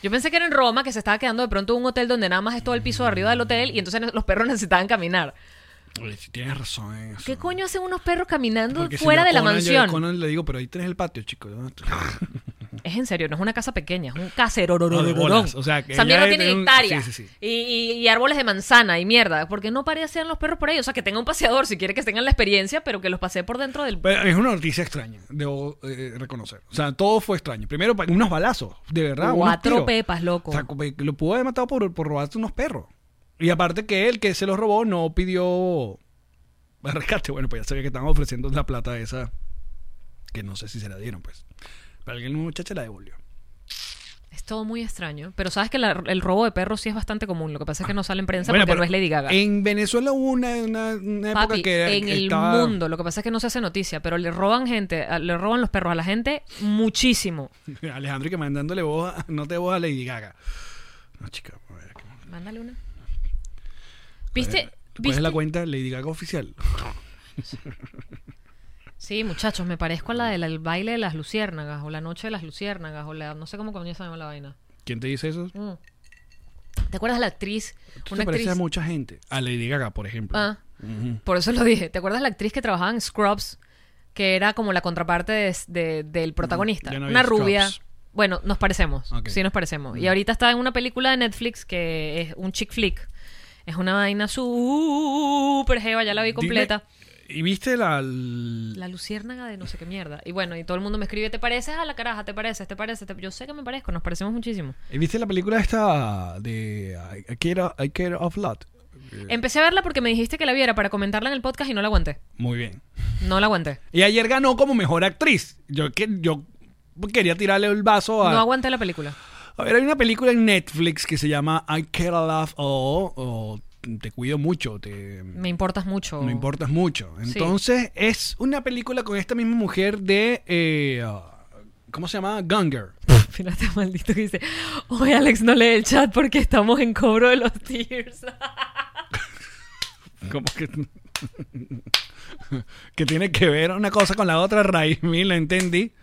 [SPEAKER 2] Yo pensé que era en Roma, que se estaba quedando de pronto un hotel donde nada más es todo el piso de arriba del hotel y entonces los perros necesitaban caminar.
[SPEAKER 3] Oye, sí tienes razón en eso.
[SPEAKER 2] ¿Qué coño hacen unos perros caminando
[SPEAKER 3] Porque si
[SPEAKER 2] fuera
[SPEAKER 3] no,
[SPEAKER 2] de la
[SPEAKER 3] Conan, yo
[SPEAKER 2] mansión?
[SPEAKER 3] a Conan le digo, pero ahí tienes el patio, chico. ¿no?
[SPEAKER 2] Es en serio, no es una casa pequeña, es un
[SPEAKER 3] No, de
[SPEAKER 2] caserororororón.
[SPEAKER 3] bolas, o sea, que
[SPEAKER 2] Esa
[SPEAKER 3] ya
[SPEAKER 2] mierda
[SPEAKER 3] es
[SPEAKER 2] tiene
[SPEAKER 3] de un-
[SPEAKER 2] hectáreas.
[SPEAKER 3] sí, sí, sí.
[SPEAKER 2] Y, y- y árboles de manzana y mierda. Porque no parecían los perros por ahí. O sea, que tenga un paseador si quiere que tengan la experiencia, pero que los pasee por dentro del.
[SPEAKER 3] Pero es una noticia extraña, debo eh, reconocer. O sea, todo fue extraño. Primero, pa- unos balazos, de verdad. unos
[SPEAKER 2] Cuatro
[SPEAKER 3] tiros.
[SPEAKER 2] pepas, loco.
[SPEAKER 3] O sea, como que lo pudo haber matado por, por robarse unos perros. Y aparte que él, que se los robó, no pidió rescate. Bueno, pues ya sabía que estaban ofreciendo la plata esa, que no sé si se la dieron, pues. Pero alguien, un muchacho, la devolvió.
[SPEAKER 2] Es todo muy extraño. Pero sabes que la- el robo de perros sí es bastante común. Lo que pasa es que no sale en prensa
[SPEAKER 3] Bueno,
[SPEAKER 2] porque
[SPEAKER 3] pero
[SPEAKER 2] no es Lady Gaga.
[SPEAKER 3] En Venezuela hubo una, una- una época
[SPEAKER 2] Papi,
[SPEAKER 3] que era-
[SPEAKER 2] en
[SPEAKER 3] que
[SPEAKER 2] el
[SPEAKER 3] estaba-
[SPEAKER 2] mundo, lo que pasa es que no se hace noticia, pero le roban gente, a- le roban los perros a la gente muchísimo.
[SPEAKER 3] Alejandro y que mandándole voz, a- no te voz a Lady Gaga. No, chica, a ver.
[SPEAKER 2] Mándale una. ¿Viste?
[SPEAKER 3] ¿Cuál es
[SPEAKER 2] ¿Viste?
[SPEAKER 3] la cuenta Lady Gaga oficial?
[SPEAKER 2] Sí, muchachos, me parezco a la del el baile de las luciérnagas, o la noche de las luciérnagas, o la. No sé cómo coño se llama la vaina.
[SPEAKER 3] ¿Quién te dice eso?
[SPEAKER 2] Mm. ¿Te acuerdas de la actriz?
[SPEAKER 3] Tú
[SPEAKER 2] Una
[SPEAKER 3] te pareces
[SPEAKER 2] actriz.
[SPEAKER 3] a mucha gente. A Lady Gaga, por ejemplo.
[SPEAKER 2] Ah, por eso lo dije. ¿Te acuerdas de la actriz que trabajaba en Scrubs? Que era como la contraparte de- de- del protagonista.
[SPEAKER 3] ya no vi
[SPEAKER 2] una rubia.
[SPEAKER 3] Scrubs.
[SPEAKER 2] Bueno, nos parecemos.
[SPEAKER 3] Ok.
[SPEAKER 2] Sí, nos parecemos. Y ahorita está en una película de Netflix que es un chick flick. Es una vaina súper jeva, ya la vi
[SPEAKER 3] Dime-
[SPEAKER 2] completa.
[SPEAKER 3] ¿Y viste la...
[SPEAKER 2] La luciérnaga de no sé qué mierda. Y bueno, y todo el mundo me escribe, ¿te pareces a la caraja? ¿Te pareces? ¿Te pareces? Te- Yo sé que me parezco, nos parecemos muchísimo.
[SPEAKER 3] ¿Y ¿Viste la película esta de I, I Care, I Care of Lot?
[SPEAKER 2] Empecé a verla porque me dijiste que la viera para comentarla en el podcast y no la aguanté.
[SPEAKER 3] Muy bien.
[SPEAKER 2] No la aguanté.
[SPEAKER 3] Y ayer ganó como mejor actriz. Yo, que, yo quería tirarle el vaso a...
[SPEAKER 2] No aguanté la película.
[SPEAKER 3] A ver, hay una película en Netflix que se llama I Care a Lot o, o Te cuido mucho, te...
[SPEAKER 2] Me importas mucho.
[SPEAKER 3] No importas mucho.
[SPEAKER 2] Sí.
[SPEAKER 3] Entonces, es una película con esta misma mujer de. eh, ah, ¿Cómo se llama? Gunger.
[SPEAKER 2] Pirata maldito que dice, oye Alex, no lee el chat porque estamos en cobro de los tears.
[SPEAKER 3] ¿Cómo que.? que tiene que ver una cosa con la otra, Raimi, la entendí.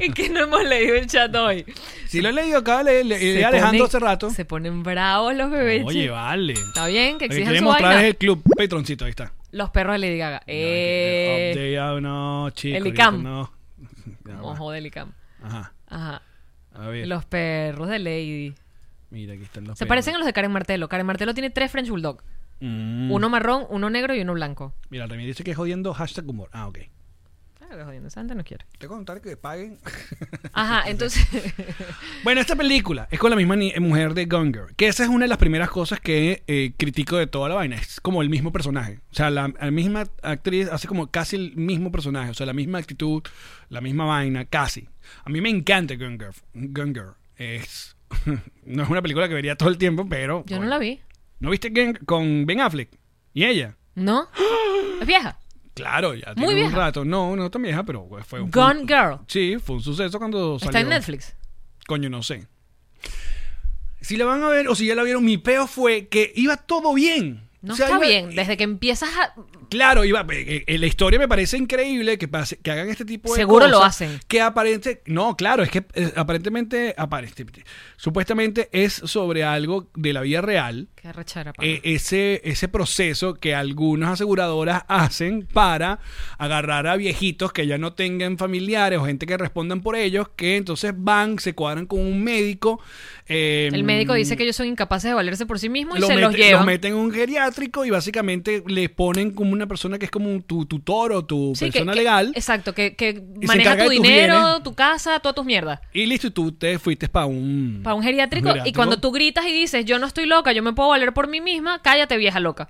[SPEAKER 2] y que no hemos leído el chat hoy.
[SPEAKER 3] Si lo he leído acá, le, le-
[SPEAKER 2] Se
[SPEAKER 3] le- Alejandro
[SPEAKER 2] ponen-
[SPEAKER 3] hace rato.
[SPEAKER 2] Se ponen bravos los bebés.
[SPEAKER 3] Oye,
[SPEAKER 2] chicos.
[SPEAKER 3] vale.
[SPEAKER 2] Está bien, que
[SPEAKER 3] Lo que
[SPEAKER 2] exijan
[SPEAKER 3] quiere
[SPEAKER 2] su
[SPEAKER 3] mostrar
[SPEAKER 2] vaina.
[SPEAKER 3] es el club Patroncito, ahí está.
[SPEAKER 2] Los perros de Lady Gaga. Eh,
[SPEAKER 3] Update, ah, no, chico.
[SPEAKER 2] el
[SPEAKER 3] ahorita
[SPEAKER 2] ICAM.
[SPEAKER 3] No. Ya va.
[SPEAKER 2] Ojo del ICAM.
[SPEAKER 3] Ajá.
[SPEAKER 2] Ajá.
[SPEAKER 3] A ver.
[SPEAKER 2] Los perros de Lady.
[SPEAKER 3] Mira, aquí están los.
[SPEAKER 2] Se parecen a los de Karen Martelo. Karen Martelo tiene tres French Bulldog.
[SPEAKER 3] Uno.
[SPEAKER 2] Uno marrón, uno negro y uno blanco.
[SPEAKER 3] Mm.
[SPEAKER 2] Ah,
[SPEAKER 3] Mira, también dice que es jodiendo hashtag humor. Ah, ok.
[SPEAKER 2] Claro, que jodiendo. Esa gente no quiere.
[SPEAKER 3] Te voy a contar que paguen.
[SPEAKER 2] Ajá, entonces...
[SPEAKER 3] Bueno, esta película es con la misma ni- mujer de Gunger. Que esa es una de las primeras cosas que eh, critico de toda la vaina. Es como el mismo personaje. O sea, la, la misma actriz hace como casi el mismo personaje. O sea, la misma actitud, la misma vaina, casi. A mí me encanta Gunger. Gunger. Es. no es una película que vería todo el tiempo, pero.
[SPEAKER 2] Yo no la vi.
[SPEAKER 3] ¿No viste Gunger con Ben Affleck? ¿Y ella?
[SPEAKER 2] ¿No? Es vieja.
[SPEAKER 3] Claro, ya
[SPEAKER 2] Muy
[SPEAKER 3] tiene un
[SPEAKER 2] vieja.
[SPEAKER 3] rato. No, no tan vieja, pero fue un.
[SPEAKER 2] Gone Girl.
[SPEAKER 3] Sí, fue un suceso cuando salió.
[SPEAKER 2] Está en Netflix.
[SPEAKER 3] Coño, no sé. Si la van a ver o si ya la vieron, mi peo fue que iba todo bien.
[SPEAKER 2] No
[SPEAKER 3] O sea,
[SPEAKER 2] está
[SPEAKER 3] iba-
[SPEAKER 2] bien. Desde que empiezas a...
[SPEAKER 3] Claro, iba, eh, eh, la historia me parece increíble que, pase- que hagan este tipo de
[SPEAKER 2] Seguro lo
[SPEAKER 3] cosas
[SPEAKER 2] hacen.
[SPEAKER 3] Que aparente, no, claro, es que eh, aparentemente, aparentemente, supuestamente es sobre algo de la vida real.
[SPEAKER 2] Qué rechera, pana.
[SPEAKER 3] eh, ese, ese proceso que algunas aseguradoras hacen para agarrar a viejitos que ya no tengan familiares o gente que respondan por ellos, que entonces van, se cuadran con un médico. eh,
[SPEAKER 2] El médico dice que ellos son incapaces de valerse por sí mismos y
[SPEAKER 3] lo
[SPEAKER 2] se los
[SPEAKER 3] mete-
[SPEAKER 2] lleva.
[SPEAKER 3] meten en un geriátrico y básicamente les ponen como una persona que es como un- tu tutor o tu
[SPEAKER 2] Sí, que-
[SPEAKER 3] persona
[SPEAKER 2] que-
[SPEAKER 3] legal.
[SPEAKER 2] exacto, que, que
[SPEAKER 3] se
[SPEAKER 2] maneja
[SPEAKER 3] encarga
[SPEAKER 2] tu
[SPEAKER 3] de tus
[SPEAKER 2] dinero,
[SPEAKER 3] bienes.
[SPEAKER 2] tu casa, todas tus mierdas.
[SPEAKER 3] Y listo, y tú te fuiste para un...
[SPEAKER 2] Para un geriátrico, y cuando tú gritas y dices, yo no estoy loca, yo me puedo valer por mí misma, cállate vieja loca.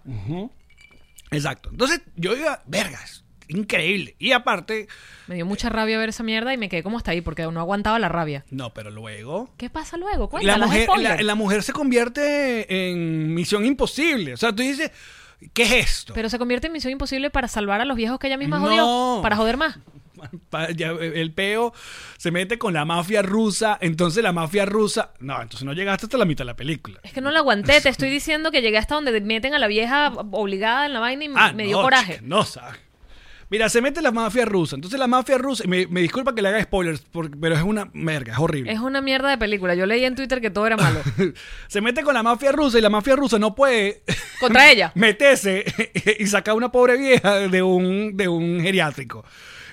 [SPEAKER 3] Exacto. Entonces yo iba, vergas, increíble. Y aparte,
[SPEAKER 2] Me dio mucha rabia ver esa mierda y me quedé como hasta ahí porque no aguantaba la rabia.
[SPEAKER 3] no, pero luego...
[SPEAKER 2] ¿Qué pasa luego?
[SPEAKER 3] la
[SPEAKER 2] Cuéntanos,
[SPEAKER 3] mujer,
[SPEAKER 2] spoiler.
[SPEAKER 3] la, la mujer se convierte en misión imposible. O sea, tú dices, ¿qué es esto?
[SPEAKER 2] Pero se convierte en misión imposible para salvar a los viejos que ella misma
[SPEAKER 3] No.
[SPEAKER 2] jodió. Para joder más.
[SPEAKER 3] Pa- ya, eh, el peo se mete con la mafia rusa. Entonces la mafia rusa. No, entonces no llegaste hasta la mitad de la película.
[SPEAKER 2] Es que no la aguanté. Te estoy diciendo que llegué hasta donde meten a la vieja obligada en la vaina y
[SPEAKER 3] Ah,
[SPEAKER 2] me
[SPEAKER 3] no,
[SPEAKER 2] dio coraje.
[SPEAKER 3] chica, no sabes. Mira, se mete la mafia rusa. Entonces la mafia rusa. y Me, me disculpa que le haga spoilers, porque- pero es una merga, es horrible.
[SPEAKER 2] Es una mierda de película. Yo leí en Twitter que todo era malo.
[SPEAKER 3] se mete con la mafia rusa y la mafia rusa no puede
[SPEAKER 2] Contra ella.
[SPEAKER 3] meterse y sacar una pobre vieja de un, de un geriátrico.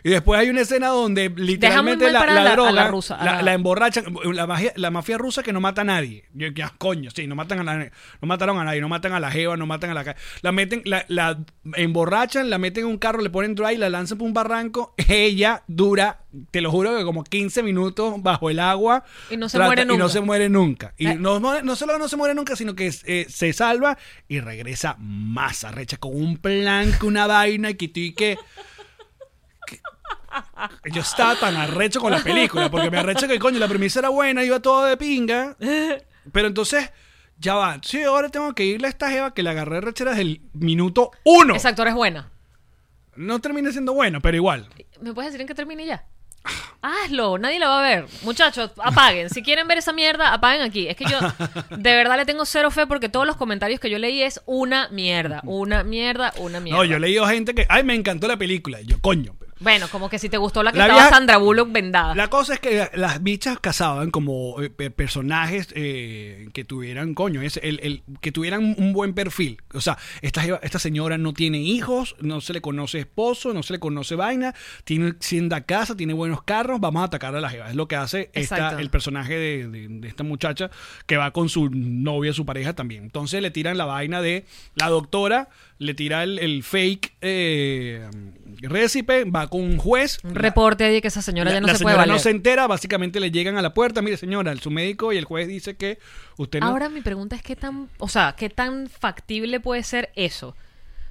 [SPEAKER 3] Y después hay una escena donde literalmente
[SPEAKER 2] mal
[SPEAKER 3] la,
[SPEAKER 2] parada
[SPEAKER 3] la
[SPEAKER 2] a la- a
[SPEAKER 3] droga
[SPEAKER 2] la rusa, a la-
[SPEAKER 3] la emborrachan. La, magia- la mafia rusa que no mata a nadie. Yo, que, ah, coño, sí, no, matan a nadie, no mataron a nadie, no matan a la jeva, no matan a la ca- La meten, la, la emborrachan, la meten en un carro, le ponen dry, la lanzan por un barranco. Ella dura, te lo juro, que como 15 minutos bajo el agua.
[SPEAKER 2] Y no se muere
[SPEAKER 3] Y no
[SPEAKER 2] nunca.
[SPEAKER 3] se muere nunca. Y
[SPEAKER 2] Eh.
[SPEAKER 3] no, muere- no solo no se muere nunca, sino que eh, se salva y regresa más arrecha con un plan, con una vaina, que tú y que... Yo estaba tan arrecho con la película, porque me arrecha que, coño, la premisa era buena, iba todo de pinga. Pero entonces, ya va. Sí, ahora tengo que irle a esta jeva que la agarré rechera desde el minuto uno.
[SPEAKER 2] Esa actora es buena.
[SPEAKER 3] No termina siendo buena, pero igual.
[SPEAKER 2] ¿Me puedes decir en qué termine ya? Hazlo, nadie la va a ver. Muchachos, apaguen. Si quieren ver esa mierda, apaguen aquí. Es que yo de verdad le tengo cero fe porque todos los comentarios que yo leí es una mierda, una mierda, una mierda.
[SPEAKER 3] No, yo he leído gente que, ay, me encantó la película. Y yo, coño. pero-
[SPEAKER 2] Bueno, como que si te gustó la que
[SPEAKER 3] La
[SPEAKER 2] estaba
[SPEAKER 3] vieja-
[SPEAKER 2] Sandra Bullock vendada.
[SPEAKER 3] La cosa es que la- las bichas cazaban como eh, pe- personajes eh, que tuvieran, coño, es el, el- que tuvieran un buen perfil. O sea, esta, jeva- esta señora no tiene hijos, no se le conoce esposo, no se le conoce vaina, tiene sienda casa, tiene buenos carros, vamos a atacar a la jeva. Es lo que hace esta-
[SPEAKER 2] Exacto.
[SPEAKER 3] el personaje de, de- de esta muchacha que va con su novia, su pareja también. Entonces le tiran la vaina de la doctora, le tira el, el fake eh, récipe, va con un juez.
[SPEAKER 2] Un
[SPEAKER 3] la-
[SPEAKER 2] reporte de que esa señora
[SPEAKER 3] la,
[SPEAKER 2] ya no
[SPEAKER 3] la
[SPEAKER 2] se puede
[SPEAKER 3] señora no
[SPEAKER 2] valer.
[SPEAKER 3] se entera, básicamente le llegan a la puerta, mire señora, su médico y el juez dice que usted no...
[SPEAKER 2] Ahora mi pregunta es qué tan, o sea, qué tan factible puede ser eso. O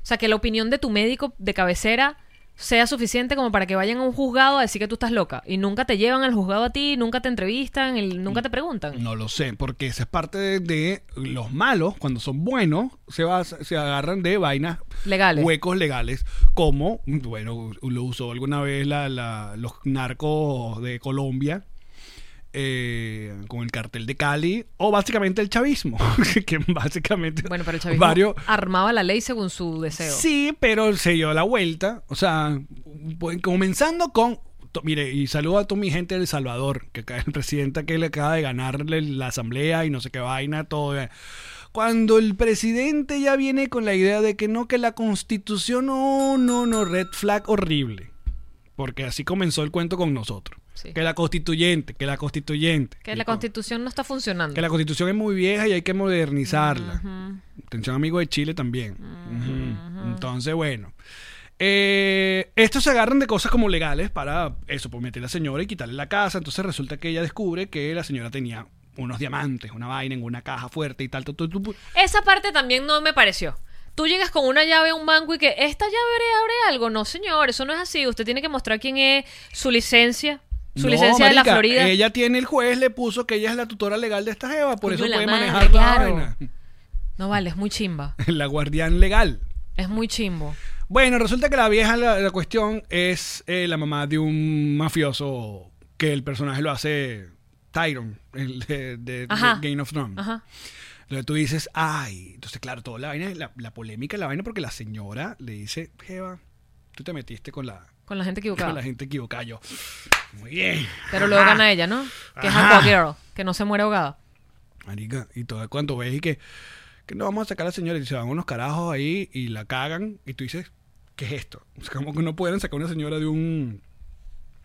[SPEAKER 2] sea, que la opinión de tu médico de cabecera sea suficiente como para que vayan a un juzgado a decir que tú estás loca y nunca te llevan al juzgado a ti, nunca te entrevistan, el- nunca te preguntan.
[SPEAKER 3] No lo sé, porque esa es parte de, de los malos, cuando son buenos, se, basa- se agarran de vainas,
[SPEAKER 2] Legales.
[SPEAKER 3] huecos legales, como, bueno, lo usó alguna vez la- la- los narcos de Colombia. eh, con el cartel de Cali o básicamente el chavismo que básicamente
[SPEAKER 2] Bueno, pero el chavismo
[SPEAKER 3] varios
[SPEAKER 2] armaba la ley según su deseo.
[SPEAKER 3] Sí, pero se dio la vuelta. O sea, bu- comenzando con. to- Mire, y saludo a toda mi gente del Salvador, que acá el presidente que le acaba de ganarle la asamblea y no sé qué vaina, todo. eh. Cuando el presidente ya viene con la idea de que no, que la constitución, no, no, no, red flag horrible. Porque así comenzó el cuento con nosotros.
[SPEAKER 2] Sí.
[SPEAKER 3] Que la constituyente, que la constituyente.
[SPEAKER 2] Que la
[SPEAKER 3] Y con-
[SPEAKER 2] constitución no está funcionando.
[SPEAKER 3] que la constitución es muy vieja y hay que modernizarla. Atención, amigo de Chile también. Ujú. Entonces, bueno. Eh, estos se agarran de cosas como legales para eso, por meter a la señora y quitarle la casa. Entonces resulta que ella descubre que la señora tenía unos diamantes, una vaina en una caja fuerte y tal. tu, tu, tu, pu-
[SPEAKER 2] Esa parte también no me pareció. Tú llegas con una llave a un banco y que esta llave abre algo. No, señor, eso no es así. Usted tiene que mostrar quién es su licencia. Su
[SPEAKER 3] No,
[SPEAKER 2] licencia de la
[SPEAKER 3] marica,
[SPEAKER 2] Florida.
[SPEAKER 3] Ella tiene el juez, le puso que ella es la tutora legal de esta Jeva, por
[SPEAKER 2] Coño,
[SPEAKER 3] eso
[SPEAKER 2] la
[SPEAKER 3] puede
[SPEAKER 2] madre,
[SPEAKER 3] manejar la
[SPEAKER 2] claro.
[SPEAKER 3] vaina.
[SPEAKER 2] No vale, es muy chimba.
[SPEAKER 3] La guardián legal.
[SPEAKER 2] Es muy chimbo.
[SPEAKER 3] Bueno, resulta que la vieja, la, la cuestión es eh, la mamá de un mafioso que el personaje lo hace Tyron, el de, de- de
[SPEAKER 2] Ajá.
[SPEAKER 3] Game of Thrones.
[SPEAKER 2] Ajá.
[SPEAKER 3] Entonces tú dices, ay, entonces claro, toda la vaina, la, la polémica, la vaina, porque la señora le dice, Jeva, tú te metiste con la,
[SPEAKER 2] Con la gente
[SPEAKER 3] con
[SPEAKER 2] equivocada.
[SPEAKER 3] la gente equivocada. Yo, muy bien.
[SPEAKER 2] Pero luego gana ella, ¿no? Que es
[SPEAKER 3] Ajá.
[SPEAKER 2] Aqua Girl. Que no se muere ahogada.
[SPEAKER 3] Marica, y todo cuando ves y que, que no vamos a sacar a la señora y se van unos carajos ahí y la cagan y tú dices, ¿qué es esto? O sea, como que no pueden sacar a una señora de un...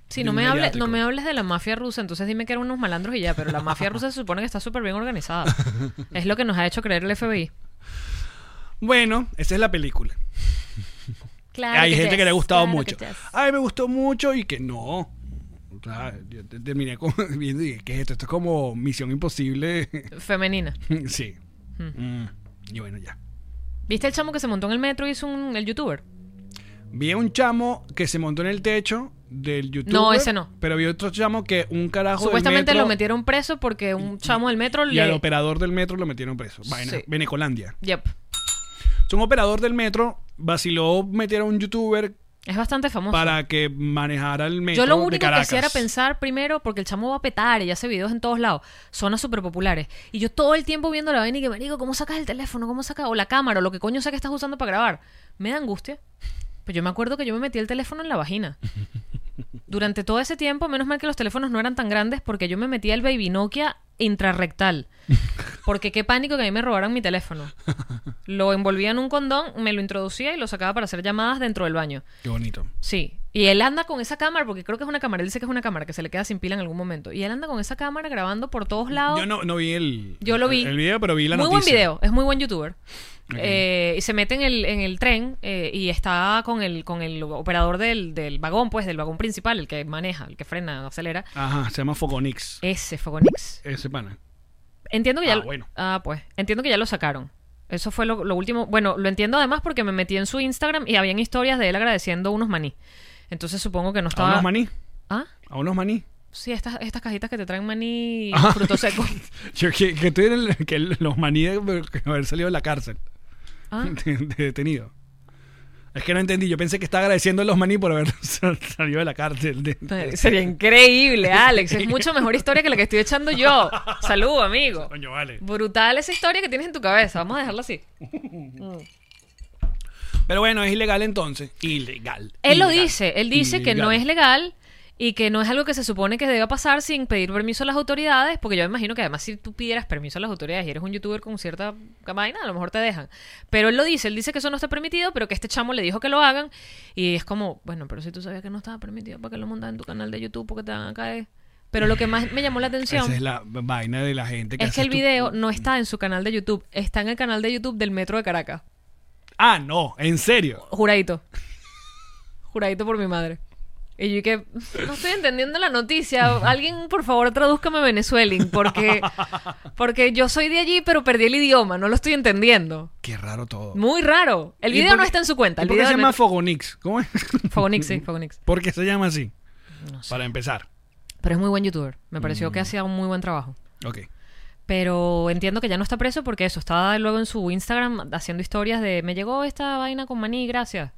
[SPEAKER 2] Sí,
[SPEAKER 3] De
[SPEAKER 2] no
[SPEAKER 3] un
[SPEAKER 2] me, hables,
[SPEAKER 3] mediático.
[SPEAKER 2] no me hables de la mafia rusa, entonces dime que eran unos malandros y ya, pero la mafia rusa se supone que está súper bien organizada. Es lo que nos ha hecho creer el FBI.
[SPEAKER 3] Bueno, esa es la película.
[SPEAKER 2] Claro.
[SPEAKER 3] Hay gente que le ha gustado mucho. Ay, me gustó mucho y que no. O sea, yo te- terminé con, viendo y dije, ¿qué es esto? Esto es como Misión Imposible.
[SPEAKER 2] Femenina.
[SPEAKER 3] sí.
[SPEAKER 2] Hmm.
[SPEAKER 3] Mm. Y bueno, ya.
[SPEAKER 2] ¿Viste el chamo que se montó en el metro y es un, el youtuber?
[SPEAKER 3] Vi a un chamo que se montó en el techo del YouTube.
[SPEAKER 2] No, ese no.
[SPEAKER 3] Pero vi otro chamo que un carajo. del
[SPEAKER 2] Supuestamente
[SPEAKER 3] metro
[SPEAKER 2] lo metieron preso porque un chamo del metro
[SPEAKER 3] Y al
[SPEAKER 2] le...
[SPEAKER 3] operador del metro lo metieron preso. Vaina,
[SPEAKER 2] Sí.
[SPEAKER 3] Venecolandia.
[SPEAKER 2] Yep.
[SPEAKER 3] Es Un operador del metro vaciló meter a un youtuber
[SPEAKER 2] Es bastante famoso.
[SPEAKER 3] para que manejara el metro.
[SPEAKER 2] Yo lo
[SPEAKER 3] de
[SPEAKER 2] único que
[SPEAKER 3] Caracas.
[SPEAKER 2] hacía era pensar primero, porque el chamo va a petar y hace videos en todos lados, zonas súper populares. Y yo todo el tiempo viendo la vaina y que, marico, ¿cómo sacas el teléfono? ¿Cómo sacas? O la cámara, o lo que coño sea que estás usando para grabar. Me da angustia. Pues yo me acuerdo que yo me metí el teléfono en la vagina. Durante todo ese tiempo, menos mal que los teléfonos no eran tan grandes, porque yo me metía el baby Nokia intrarrectal. Porque qué pánico que a mí me robaran mi teléfono. Lo envolvía en un condón, me lo introducía y lo sacaba para hacer llamadas dentro del baño.
[SPEAKER 3] Qué bonito.
[SPEAKER 2] Sí. Y él anda con esa cámara, porque creo que es una cámara. Él dice que es una cámara, que se le queda sin pila en algún momento. Y él anda con esa cámara grabando por todos lados.
[SPEAKER 3] Yo no, no vi el,
[SPEAKER 2] Yo lo vi.
[SPEAKER 3] el video, pero vi la
[SPEAKER 2] muy
[SPEAKER 3] noticia.
[SPEAKER 2] buen video, es muy buen youtuber.
[SPEAKER 3] Ok.
[SPEAKER 2] Eh, y se mete en el, en el tren eh, y está con el, con el operador del, del vagón, pues, del vagón principal, el que maneja, el que frena, acelera.
[SPEAKER 3] Ajá, se llama Fogonix.
[SPEAKER 2] Ese Fogonix.
[SPEAKER 3] Ese pana.
[SPEAKER 2] Entiendo que ya.
[SPEAKER 3] Ah,
[SPEAKER 2] lo-
[SPEAKER 3] bueno.
[SPEAKER 2] Ah, pues. Entiendo que ya lo sacaron. Eso fue lo, lo último. Bueno, lo entiendo además porque me metí en su Instagram y habían historias de él agradeciendo unos maní. Entonces supongo que no
[SPEAKER 3] A
[SPEAKER 2] estaba.
[SPEAKER 3] unos maní.
[SPEAKER 2] ¿Ah?
[SPEAKER 3] A unos maní.
[SPEAKER 2] Sí, estas, estas cajitas que te traen maní
[SPEAKER 3] Ah.
[SPEAKER 2] y frutos secos.
[SPEAKER 3] Yo, que, que estoy en el- que los maní de haber salido de la cárcel.
[SPEAKER 2] Ah.
[SPEAKER 3] De, de detenido. Es que no entendí. Yo pensé que estaba agradeciendo a los maní por haber sal- salido de la cárcel. De-
[SPEAKER 2] eh, Sería increíble, Alex. Es mucho mejor historia que la que estoy echando yo. Salud, amigo.
[SPEAKER 3] Coño, vale.
[SPEAKER 2] Brutal esa historia que tienes en tu cabeza. Vamos a dejarla así.
[SPEAKER 3] Pero bueno, es ilegal entonces. Ilegal.
[SPEAKER 2] Él lo
[SPEAKER 3] Ilegal.
[SPEAKER 2] dice, él dice que no
[SPEAKER 3] Ilegal.
[SPEAKER 2] es legal y que no es algo que se supone que deba pasar sin pedir permiso a las autoridades, porque yo me imagino que además si tú pidieras permiso a las autoridades y eres un youtuber con cierta vaina, a lo mejor te dejan. Pero él lo dice, él dice que eso no está permitido, pero que este chamo le dijo que lo hagan y es como, bueno, pero si tú sabías que no estaba permitido, ¿para qué lo montas en tu canal de YouTube? Porque te van a caer. Pero lo que más me llamó la atención
[SPEAKER 3] Esa es la vaina de la gente que
[SPEAKER 2] es que
[SPEAKER 3] hace
[SPEAKER 2] el
[SPEAKER 3] tu-
[SPEAKER 2] video no está en su canal de YouTube, está en el canal de YouTube del Metro de Caracas.
[SPEAKER 3] Ah, no, en serio.
[SPEAKER 2] Juradito. Juradito por mi madre. Y yo que no estoy entendiendo la noticia. Alguien, por favor, tradúzcame a Venezueling, porque, porque yo soy de allí, pero perdí el idioma, no lo estoy entendiendo.
[SPEAKER 3] Qué raro todo.
[SPEAKER 2] Muy raro. El
[SPEAKER 3] ¿Y
[SPEAKER 2] video
[SPEAKER 3] por
[SPEAKER 2] no
[SPEAKER 3] qué-
[SPEAKER 2] está en su cuenta.
[SPEAKER 3] ¿y
[SPEAKER 2] El
[SPEAKER 3] ¿Por qué
[SPEAKER 2] video
[SPEAKER 3] se
[SPEAKER 2] del
[SPEAKER 3] llama
[SPEAKER 2] metro-
[SPEAKER 3] Fogonix? ¿Cómo es?
[SPEAKER 2] Fogonix, sí, Fogonix.
[SPEAKER 3] ¿Por qué se llama así?
[SPEAKER 2] No sé.
[SPEAKER 3] Para empezar.
[SPEAKER 2] Pero es muy buen youtuber. Me pareció
[SPEAKER 3] Mm.
[SPEAKER 2] que hacía un muy buen trabajo.
[SPEAKER 3] Ok.
[SPEAKER 2] Ah, Pero entiendo que ya no está preso porque eso, estaba luego en su Instagram haciendo historias de me llegó esta vaina con maní, gracias.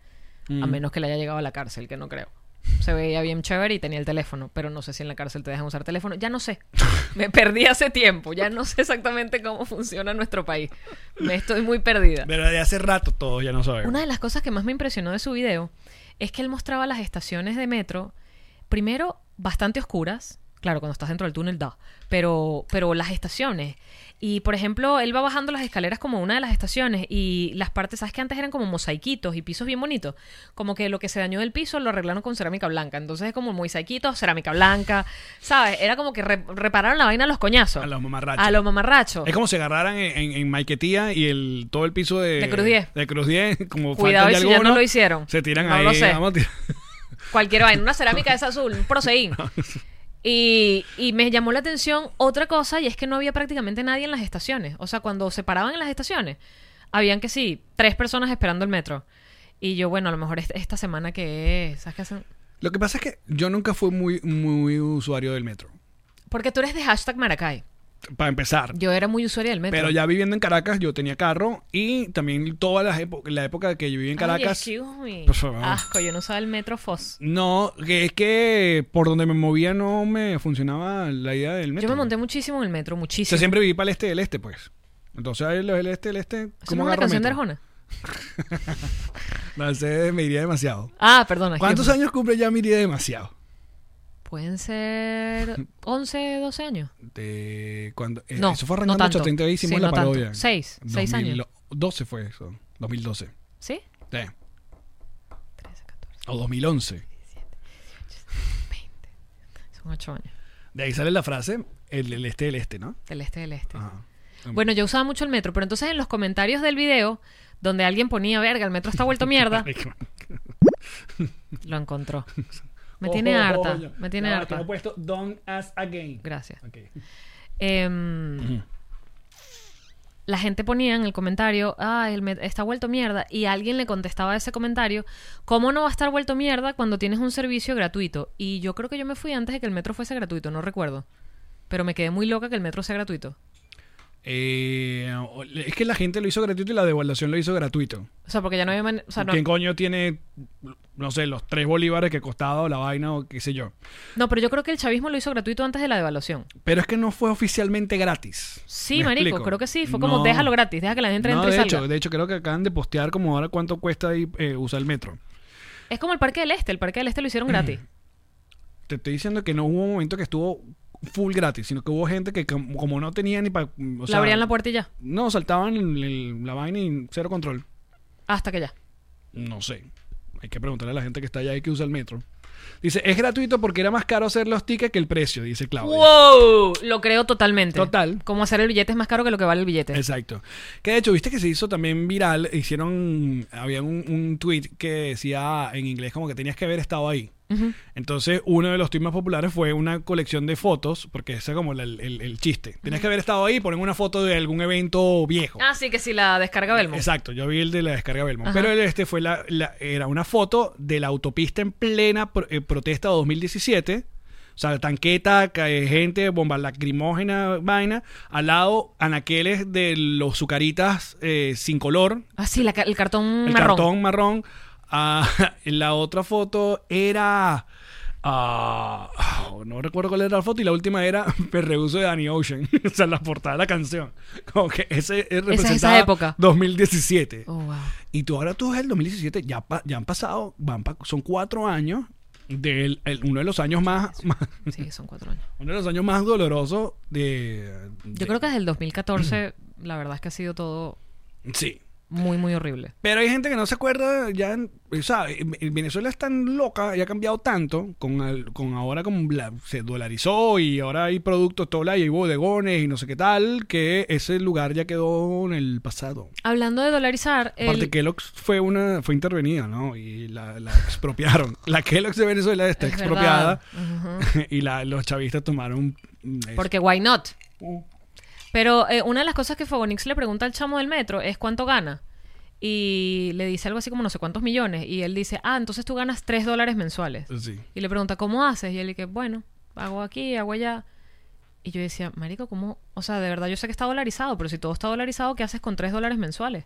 [SPEAKER 3] Mm.
[SPEAKER 2] A menos que le haya llegado a la cárcel, que no creo. Se veía bien chévere y tenía el teléfono, pero no sé si en la cárcel te dejan usar teléfono. Ya no sé. Me perdí hace tiempo. Ya no sé exactamente cómo funciona nuestro país. Me estoy muy perdida.
[SPEAKER 3] Pero de hace rato todos ya no sabemos.
[SPEAKER 2] Una de las cosas que más me impresionó de su video es que él mostraba las estaciones de metro, primero bastante oscuras, claro, cuando estás dentro del túnel da, pero, pero las estaciones. Y por ejemplo, él va bajando las escaleras como una de las estaciones y las partes, ¿sabes que antes eran como mosaiquitos y pisos bien bonitos? Como que lo que se dañó del piso lo arreglaron con cerámica blanca. Entonces es como mosaiquitos, cerámica blanca, ¿sabes? Era como que re- repararon la vaina a los coñazos.
[SPEAKER 3] A los mamarrachos.
[SPEAKER 2] A los mamarrachos.
[SPEAKER 3] Es como si agarraran en, en, en Maiquetía y el, todo el piso de...
[SPEAKER 2] De Cruz 10.
[SPEAKER 3] De Cruz 10, como
[SPEAKER 2] Cuidado y
[SPEAKER 3] faltan de
[SPEAKER 2] si ya
[SPEAKER 3] algunos,
[SPEAKER 2] no lo hicieron.
[SPEAKER 3] Se tiran
[SPEAKER 2] No
[SPEAKER 3] ahí.
[SPEAKER 2] lo sé.
[SPEAKER 3] vamos a tirar.
[SPEAKER 2] cualquier vaina, una cerámica es azul, un proseín. Y, y me llamó la atención otra cosa y es que no había prácticamente nadie en las estaciones. O sea, cuando se paraban en las estaciones, habían que sí, tres personas esperando el metro. Y yo, bueno, a lo mejor es- esta semana que es, ¿sabes qué hacen?
[SPEAKER 3] Lo que pasa es que yo nunca fui muy, muy usuario del metro.
[SPEAKER 2] Porque tú eres de hashtag Maracay.
[SPEAKER 3] Para empezar.
[SPEAKER 2] Yo era muy usuaria del metro.
[SPEAKER 3] Pero ya viviendo en Caracas, yo tenía carro y también toda la, la época que yo viví
[SPEAKER 2] Ay,
[SPEAKER 3] en Caracas.
[SPEAKER 2] excuse me.
[SPEAKER 3] Por favor.
[SPEAKER 2] Asco, yo no usaba el metro Foz.
[SPEAKER 3] No, que es que por donde me movía no me funcionaba la idea del metro.
[SPEAKER 2] Yo me monté muchísimo en el metro,
[SPEAKER 3] O sea,
[SPEAKER 2] muchísimo.
[SPEAKER 3] siempre viví para el este del este, pues. Entonces, ahí los del este del este.
[SPEAKER 2] ¿Eso
[SPEAKER 3] ¿Cómo
[SPEAKER 2] no es una
[SPEAKER 3] agarro
[SPEAKER 2] canción de
[SPEAKER 3] metro?
[SPEAKER 2] Arjona?
[SPEAKER 3] No sé, me iría demasiado.
[SPEAKER 2] Ah, perdona.
[SPEAKER 3] ¿Cuántos
[SPEAKER 2] excuse me.
[SPEAKER 3] años cumple ya me iría demasiado?
[SPEAKER 2] Pueden ser 11, 12 años.
[SPEAKER 3] De cuando, eh,
[SPEAKER 2] No,
[SPEAKER 3] eso fue
[SPEAKER 2] no
[SPEAKER 3] arrancando
[SPEAKER 2] tanto.
[SPEAKER 3] 80 y hicimos
[SPEAKER 2] Sí,
[SPEAKER 3] la
[SPEAKER 2] no tanto.
[SPEAKER 3] parodia.
[SPEAKER 2] Seis, seis años.
[SPEAKER 3] 2012 fue eso, 2012.
[SPEAKER 2] ¿Sí?
[SPEAKER 3] Sí.
[SPEAKER 2] 13, 14,
[SPEAKER 3] O 2011.
[SPEAKER 2] 20. Son 8 años.
[SPEAKER 3] De ahí sale la frase, el, el este del este, ¿no?
[SPEAKER 2] Del este, del este.
[SPEAKER 3] Ajá.
[SPEAKER 2] Bueno, yo usaba mucho el metro, pero entonces en los comentarios del video, donde alguien ponía, verga, el metro está vuelto mierda, lo encontró. Me tiene
[SPEAKER 3] Ojo,
[SPEAKER 2] harta.
[SPEAKER 3] ojo,
[SPEAKER 2] me tiene
[SPEAKER 3] no,
[SPEAKER 2] harta.
[SPEAKER 3] tengo puesto Don't Ask Again.
[SPEAKER 2] Gracias.
[SPEAKER 3] Ok.
[SPEAKER 2] Em, la gente ponía en el comentario, ah, el met- está vuelto mierda, y alguien le contestaba a ese comentario, ¿cómo no va a estar vuelto mierda cuando tienes un servicio gratuito? Y yo creo que yo me fui antes de que el metro fuese gratuito, no recuerdo. Pero me quedé muy loca que el metro sea gratuito.
[SPEAKER 3] Eh, es que la gente lo hizo gratuito y la devaluación lo hizo gratuito.
[SPEAKER 2] O sea, porque ya no había... man- o sea, no,
[SPEAKER 3] ¿Quién coño tiene, no sé, los tres bolívares que costaba la vaina o qué sé yo?
[SPEAKER 2] no, pero yo creo que el chavismo lo hizo gratuito antes de la devaluación.
[SPEAKER 3] Pero es que no fue oficialmente gratis.
[SPEAKER 2] Sí,
[SPEAKER 3] ¿Me
[SPEAKER 2] marico,
[SPEAKER 3] explico?
[SPEAKER 2] creo que sí. Fue como,
[SPEAKER 3] No.
[SPEAKER 2] déjalo gratis, deja que la gente
[SPEAKER 3] No,
[SPEAKER 2] entre y
[SPEAKER 3] de
[SPEAKER 2] salga.
[SPEAKER 3] hecho, de hecho, creo que acaban de postear como ahora cuánto cuesta ahí, eh, usar el metro.
[SPEAKER 2] Es como el Parque del Este, el Parque del Este lo hicieron gratis.
[SPEAKER 3] Te estoy diciendo que no hubo un momento que estuvo full gratis, sino que hubo gente que com- como, no tenía ni para...
[SPEAKER 2] lo abrían la puerta y ya,
[SPEAKER 3] No, saltaban el- el- la vaina y cero control.
[SPEAKER 2] hasta que ya.
[SPEAKER 3] No sé. Hay que preguntarle a la gente que está allá y que usa el metro. Dice, es gratuito porque era más caro hacer los tickets que el precio, dice Claudia.
[SPEAKER 2] ¡Wow! Lo creo totalmente.
[SPEAKER 3] Ah, Total.
[SPEAKER 2] Como hacer el billete es más caro que lo que vale el billete.
[SPEAKER 3] Exacto. Que de hecho, viste que se hizo también viral, hicieron, había un, un tweet que decía en inglés como que tenías que haber estado ahí.
[SPEAKER 2] Ujú.
[SPEAKER 3] Entonces, uno de los tweets más populares fue una colección de fotos, porque ese es como el, el- el chiste. Tenías que haber estado ahí y ponen una foto de algún evento viejo.
[SPEAKER 2] Ah, sí, que si la descarga Belmo.
[SPEAKER 3] Oh. Exacto, yo vi el de la descarga Belmo.
[SPEAKER 2] Ajá.
[SPEAKER 3] Pero el este fue la, la- era una foto de la autopista en plena pro- eh, protesta de 2017. O sea, tanqueta, ca- eh, gente, bomba lacrimógena, vaina. Al lado, anaqueles de los sucaritas eh, sin color,
[SPEAKER 2] Ah, sí, la ca- el cartón
[SPEAKER 3] el
[SPEAKER 2] marrón.
[SPEAKER 3] cartón marrón. Ah, la otra foto era. ah, oh, no recuerdo cuál era la foto y la última era Me rehuso de Danny Ocean, o sea, la portada de la canción. Como que ese es
[SPEAKER 2] esa
[SPEAKER 3] representaba
[SPEAKER 2] época.
[SPEAKER 3] 2017.
[SPEAKER 2] Oh, wow.
[SPEAKER 3] Y tú ahora tú ves el 2017, ya, pa- ya han pasado, van pa- son cuatro años del el- uno de los años más, más-
[SPEAKER 2] Sí, son cuatro años.
[SPEAKER 3] uno de los años más dolorosos de,
[SPEAKER 2] Yo creo que desde el 2014, la verdad es que ha sido todo
[SPEAKER 3] sí.
[SPEAKER 2] muy, muy horrible.
[SPEAKER 3] Pero hay gente que no se acuerda, ya, en- ¿sabes? En Venezuela es tan loca y ha cambiado tanto con, al- con ahora como la- se dolarizó y ahora hay productos, tola y hay bodegones y no sé qué tal, que ese lugar ya quedó en el pasado.
[SPEAKER 2] Hablando de dolarizar,
[SPEAKER 3] Aparte
[SPEAKER 2] el,
[SPEAKER 3] Kellogg's fue una fue intervenida, ¿no? Y la, la expropiaron. La Kellogg's de Venezuela está
[SPEAKER 2] Es
[SPEAKER 3] expropiada
[SPEAKER 2] verdad.
[SPEAKER 3] y la, los chavistas tomaron mm, es-
[SPEAKER 2] porque why not?
[SPEAKER 3] Uh.
[SPEAKER 2] Pero eh, una de las cosas que Fogonix le pregunta al chamo del metro es cuánto gana. Y le dice algo así como no sé cuántos millones. Y él dice, ah, entonces tú ganas 3 dólares mensuales.
[SPEAKER 3] sí.
[SPEAKER 2] Y le pregunta, ¿cómo haces? Y él dice, bueno, hago aquí, hago allá. Y yo decía, marico, ¿cómo? O sea, de verdad yo sé que está dolarizado, pero si todo está dolarizado, ¿qué haces con 3 dólares mensuales?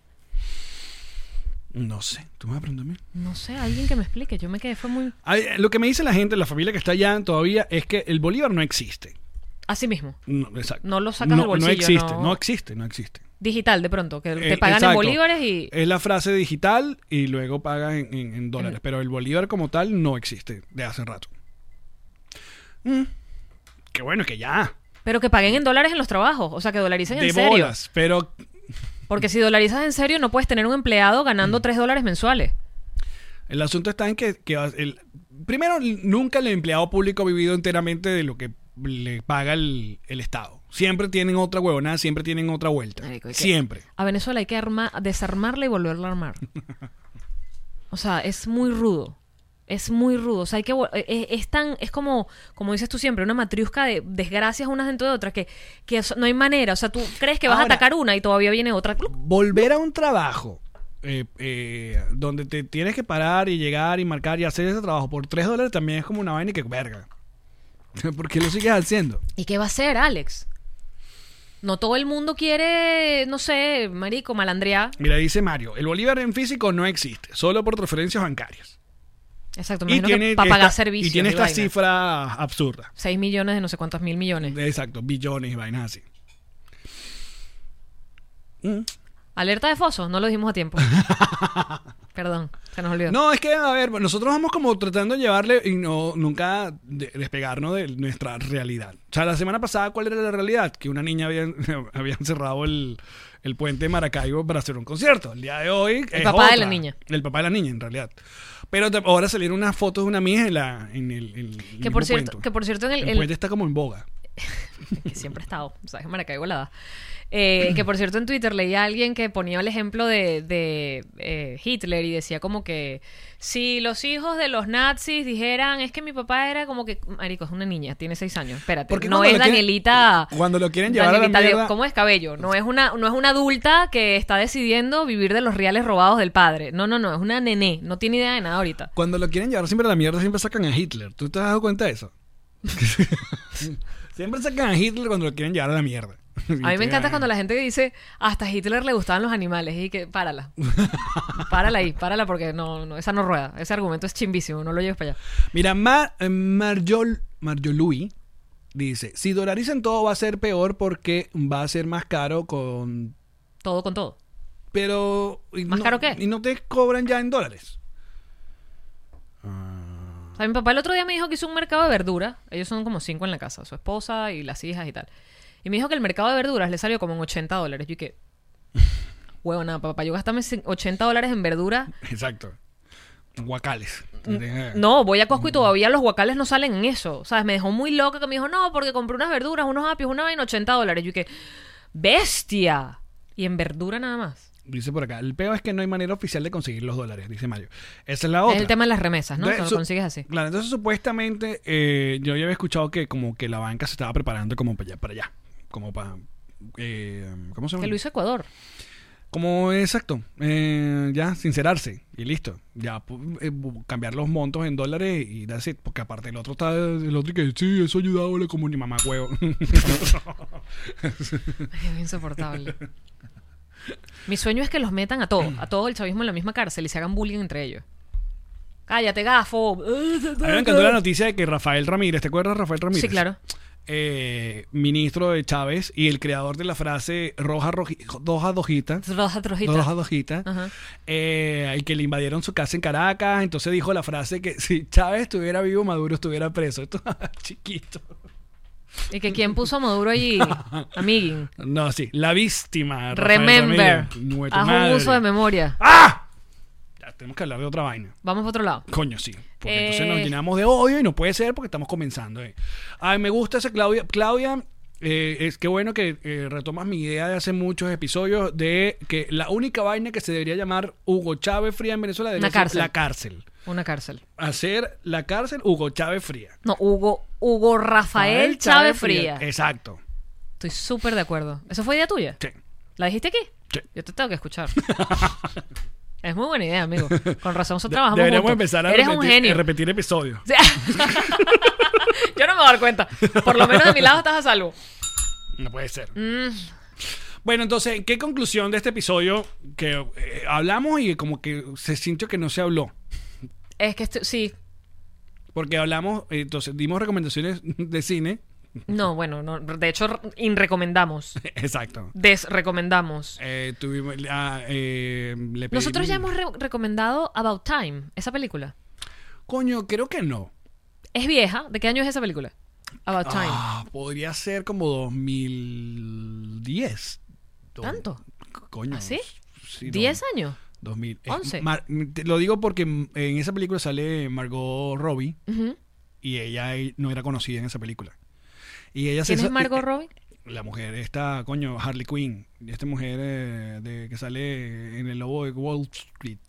[SPEAKER 3] No sé, tú me vas a preguntar a mí.
[SPEAKER 2] No sé, alguien que me explique. Yo me quedé, fue muy...
[SPEAKER 3] Ay, eh, Lo que me dice la gente, la familia que está allá todavía, es que el Bolívar no existe.
[SPEAKER 2] Así mismo.
[SPEAKER 3] No, exacto.
[SPEAKER 2] No lo sacas del bolsillo,
[SPEAKER 3] No existe,
[SPEAKER 2] no.
[SPEAKER 3] no, existe, no existe.
[SPEAKER 2] Digital, de pronto, que te
[SPEAKER 3] Eh,
[SPEAKER 2] pagan en
[SPEAKER 3] exacto. Eh,
[SPEAKER 2] bolívares y...
[SPEAKER 3] Es la frase digital y luego pagas en, en- en dólares. Pero el Bolívar como tal no existe de hace rato. Mm. Qué bueno que ya.
[SPEAKER 2] Pero que paguen en dólares en los trabajos. O sea, que dolaricen
[SPEAKER 3] de
[SPEAKER 2] en serio.
[SPEAKER 3] bolas. Pero
[SPEAKER 2] Porque si dolarizas en serio, no puedes tener un empleado ganando
[SPEAKER 3] Mm.
[SPEAKER 2] 3 dólares mensuales.
[SPEAKER 3] el asunto está en que, que vas- el, primero, nunca el empleado público ha vivido enteramente de lo que le paga el, el Estado. Siempre tienen otra huevonada, siempre tienen otra vuelta.
[SPEAKER 2] Marico, ¿y qué?
[SPEAKER 3] siempre.
[SPEAKER 2] A Venezuela hay que arma- desarmarla y volverla a armar. O sea, es muy rudo. Es muy rudo. O sea, hay que. vo- eh, eh, Es, tan. Es como. Como dices tú siempre, una matriusca de desgracias unas dentro de otras que, que eso- no hay manera. O sea, tú crees que vas
[SPEAKER 3] Ahora-
[SPEAKER 2] a atacar una y todavía viene otra. ¡cluc!
[SPEAKER 3] volver a un trabajo eh, eh, donde te tienes que parar y llegar y marcar y hacer ese trabajo por 3 dólares también es como una vaina y que verga. ¿Por qué lo sigues haciendo?
[SPEAKER 2] ¿Y qué va a hacer, Alex? No todo el mundo quiere, no sé, marico, malandrear.
[SPEAKER 3] Mira, dice Mario, el Bolívar en físico no existe, solo por transferencias bancarias.
[SPEAKER 2] Exacto, me
[SPEAKER 3] Y
[SPEAKER 2] imagino
[SPEAKER 3] tiene,
[SPEAKER 2] que para pagar
[SPEAKER 3] esta-
[SPEAKER 2] servicios.
[SPEAKER 3] y tiene
[SPEAKER 2] y
[SPEAKER 3] esta
[SPEAKER 2] vainas.
[SPEAKER 3] cifra absurda.
[SPEAKER 2] 6 millones de no sé cuántos mil millones.
[SPEAKER 3] Exacto, billones y vainas así. Mm.
[SPEAKER 2] Alerta de foso, no lo dijimos a tiempo. Perdón, se nos olvidó.
[SPEAKER 3] No, es que, a ver, nosotros vamos como tratando de llevarle y no nunca de- despegarnos de nuestra realidad. O sea, la semana pasada, ¿cuál era la realidad? Que una niña había, había cerrado el, el puente de Maracaibo para hacer un concierto. El día de hoy.
[SPEAKER 2] El
[SPEAKER 3] es
[SPEAKER 2] papá de la
[SPEAKER 3] otra.
[SPEAKER 2] niña.
[SPEAKER 3] El papá de la niña, en realidad. Pero te- ahora salieron unas fotos de una mija en, la, en el. en el
[SPEAKER 2] que,
[SPEAKER 3] mismo
[SPEAKER 2] por cierto,
[SPEAKER 3] puente.
[SPEAKER 2] que por cierto, en el,
[SPEAKER 3] el,
[SPEAKER 2] el-
[SPEAKER 3] puente está como en boga.
[SPEAKER 2] que siempre ha estado, ¿sabes? Maracaibo la da. Eh, que por cierto, en Twitter leía a alguien que ponía el ejemplo de, de, eh, Hitler y decía como que si los hijos de los nazis dijeran es que mi papá era como que. Marico, es una niña, tiene seis años. Espérate,
[SPEAKER 3] Porque
[SPEAKER 2] no
[SPEAKER 3] cuando
[SPEAKER 2] es
[SPEAKER 3] lo quieren-
[SPEAKER 2] Danielita.
[SPEAKER 3] cuando lo quieren llevar a la
[SPEAKER 2] Danielita de-
[SPEAKER 3] mierda-
[SPEAKER 2] ¿Cómo es cabello? No es, una, no es una adulta que está decidiendo vivir de los reales robados del padre. No, no, no, es una nené. No tiene idea de nada ahorita.
[SPEAKER 3] Cuando lo quieren llevar siempre a la mierda, siempre sacan a Hitler. ¿Tú te has dado cuenta de eso? siempre sacan a Hitler cuando lo quieren llevar a la mierda.
[SPEAKER 2] A mí me encanta cuando la gente dice, hasta Hitler le gustaban los animales y que, párala. párala ahí, párala porque no, no, esa no rueda. Ese argumento es chimbísimo, no lo lleves para allá.
[SPEAKER 3] Mira, Mar, Marjol, Marjolui dice, si dolarizan todo va a ser peor porque va a ser más caro con...
[SPEAKER 2] Todo con todo.
[SPEAKER 3] Pero... y
[SPEAKER 2] ¿Más
[SPEAKER 3] no-
[SPEAKER 2] caro qué?
[SPEAKER 3] Y no te cobran ya en dólares. Ah,
[SPEAKER 2] O sea, mi papá el otro día me dijo que hizo un mercado de verdura. Ellos son como cinco en la casa, su esposa y las hijas y tal. Y me dijo que el mercado de verduras le salió como en 80 dólares. Yo que, huevo, nada, papá, yo gastame cin- 80 dólares en verdura.
[SPEAKER 3] Exacto. Guacales.
[SPEAKER 2] Mm, No, voy a Costco y todavía los guacales no salen en eso. ¿Sabes? Me dejó muy loca que me dijo, no, porque compré unas verduras, unos apios, una vaina, 80 dólares. Yo que, bestia. Y en verdura nada más.
[SPEAKER 3] Dice por acá, el peor es que no hay manera oficial de conseguir los dólares, dice Mario. Esa es la otra.
[SPEAKER 2] Es el tema de las remesas, ¿no?
[SPEAKER 3] De-
[SPEAKER 2] Eso lo
[SPEAKER 3] su-
[SPEAKER 2] consigues así.
[SPEAKER 3] Claro, entonces supuestamente eh, yo ya había escuchado que como que la banca se estaba preparando como para allá, para allá. Como para... eh, ¿Cómo se llama?
[SPEAKER 2] Que lo hizo Ecuador.
[SPEAKER 3] Como exacto, eh, ya sincerarse y listo. Ya pu- eh, bu- cambiar los montos en dólares y that's it. Porque aparte el otro está, el otro que sí, eso ha ayudado a la comunidad, mamá huevo.
[SPEAKER 2] Es insoportable. Mi sueño es que los metan a todos, a todo el chavismo en la misma cárcel y se hagan bullying entre ellos. Cállate, gafo.
[SPEAKER 3] A mí me encantó la noticia de que Rafael Ramírez, ¿te acuerdas de Rafael Ramírez?
[SPEAKER 2] Sí, claro.
[SPEAKER 3] Eh, ministro de Chávez y el creador de la frase roja, roji, roja dojita.
[SPEAKER 2] Roja, trojita.
[SPEAKER 3] Roja dojita.
[SPEAKER 2] Ajá.
[SPEAKER 3] eh, al que le invadieron su casa en Caracas. Entonces dijo la frase que si Chávez estuviera vivo, Maduro estuviera preso. Esto, chiquito.
[SPEAKER 2] Y que quién puso a Maduro allí, amiguín.
[SPEAKER 3] No, sí. La víctima. Rafael
[SPEAKER 2] Remember.
[SPEAKER 3] Ramírez. Nue- tu
[SPEAKER 2] Haz un
[SPEAKER 3] madre.
[SPEAKER 2] uso de memoria.
[SPEAKER 3] ¡Ah! Ya, tenemos que hablar de otra vaina.
[SPEAKER 2] Vamos a otro lado.
[SPEAKER 3] Coño, sí. Porque
[SPEAKER 2] Eh.
[SPEAKER 3] entonces nos llenamos de odio y no puede ser porque estamos comenzando. eh. Ay, me gusta esa Claudia. Claudia, eh, es que bueno que eh, retomas mi idea de hace muchos episodios de que la única vaina que se debería llamar Hugo Chávez Fría en Venezuela debería
[SPEAKER 2] Una
[SPEAKER 3] ser
[SPEAKER 2] cárcel.
[SPEAKER 3] la cárcel.
[SPEAKER 2] Una cárcel.
[SPEAKER 3] Hacer la cárcel Hugo Chávez Fría.
[SPEAKER 2] No, Hugo, Hugo Rafael Chávez Fría.
[SPEAKER 3] Exacto.
[SPEAKER 2] Estoy súper de acuerdo. ¿Eso fue idea tuya?
[SPEAKER 3] Eh. Sí.
[SPEAKER 2] ¿La dijiste aquí?
[SPEAKER 3] Sí.
[SPEAKER 2] Yo te tengo que escuchar. es muy buena idea, amigo. Con razón nosotros trabajamos
[SPEAKER 3] Deberíamos
[SPEAKER 2] juntos.
[SPEAKER 3] empezar a
[SPEAKER 2] Eres
[SPEAKER 3] repetir, eh,
[SPEAKER 2] un genio.
[SPEAKER 3] a repetir episodios.
[SPEAKER 2] O sea, Yo no me voy a dar cuenta. Por lo menos de mi lado estás a salvo. Mm,
[SPEAKER 3] No puede ser. Bueno, entonces, ¿qué conclusión de este episodio que eh, hablamos y como que se sintió que no se habló?
[SPEAKER 2] Es que estu- sí.
[SPEAKER 3] Porque hablamos, eh, entonces dimos recomendaciones de cine.
[SPEAKER 2] No, bueno, no, de hecho, inrecomendamos.
[SPEAKER 3] Exacto.
[SPEAKER 2] Desrecomendamos.
[SPEAKER 3] Eh, tuvimos, ah, eh, le pedí-
[SPEAKER 2] Nosotros ya hemos re- recomendado About Time, esa película.
[SPEAKER 3] Coño, creo que no.
[SPEAKER 2] Es vieja. ¿De qué año es esa película? About Time.
[SPEAKER 3] Ah, podría ser como 2010. Do-
[SPEAKER 2] ¿Tanto?
[SPEAKER 3] Coño.
[SPEAKER 2] ¿Ah, sí?
[SPEAKER 3] sí, no.
[SPEAKER 2] ¿Diez años?
[SPEAKER 3] 2000. Eh,
[SPEAKER 2] ¿Once?
[SPEAKER 3] Mar- te lo digo porque en esa película sale Margot Robbie.
[SPEAKER 2] Ujú.
[SPEAKER 3] y ella eh, no era conocida en esa película. Y ella se
[SPEAKER 2] ¿Quién es
[SPEAKER 3] sa-
[SPEAKER 2] Margot
[SPEAKER 3] eh,
[SPEAKER 2] Robbie?
[SPEAKER 3] La mujer esta, coño, Harley Quinn, esta mujer eh, de, que sale en el lobo de Wall Street.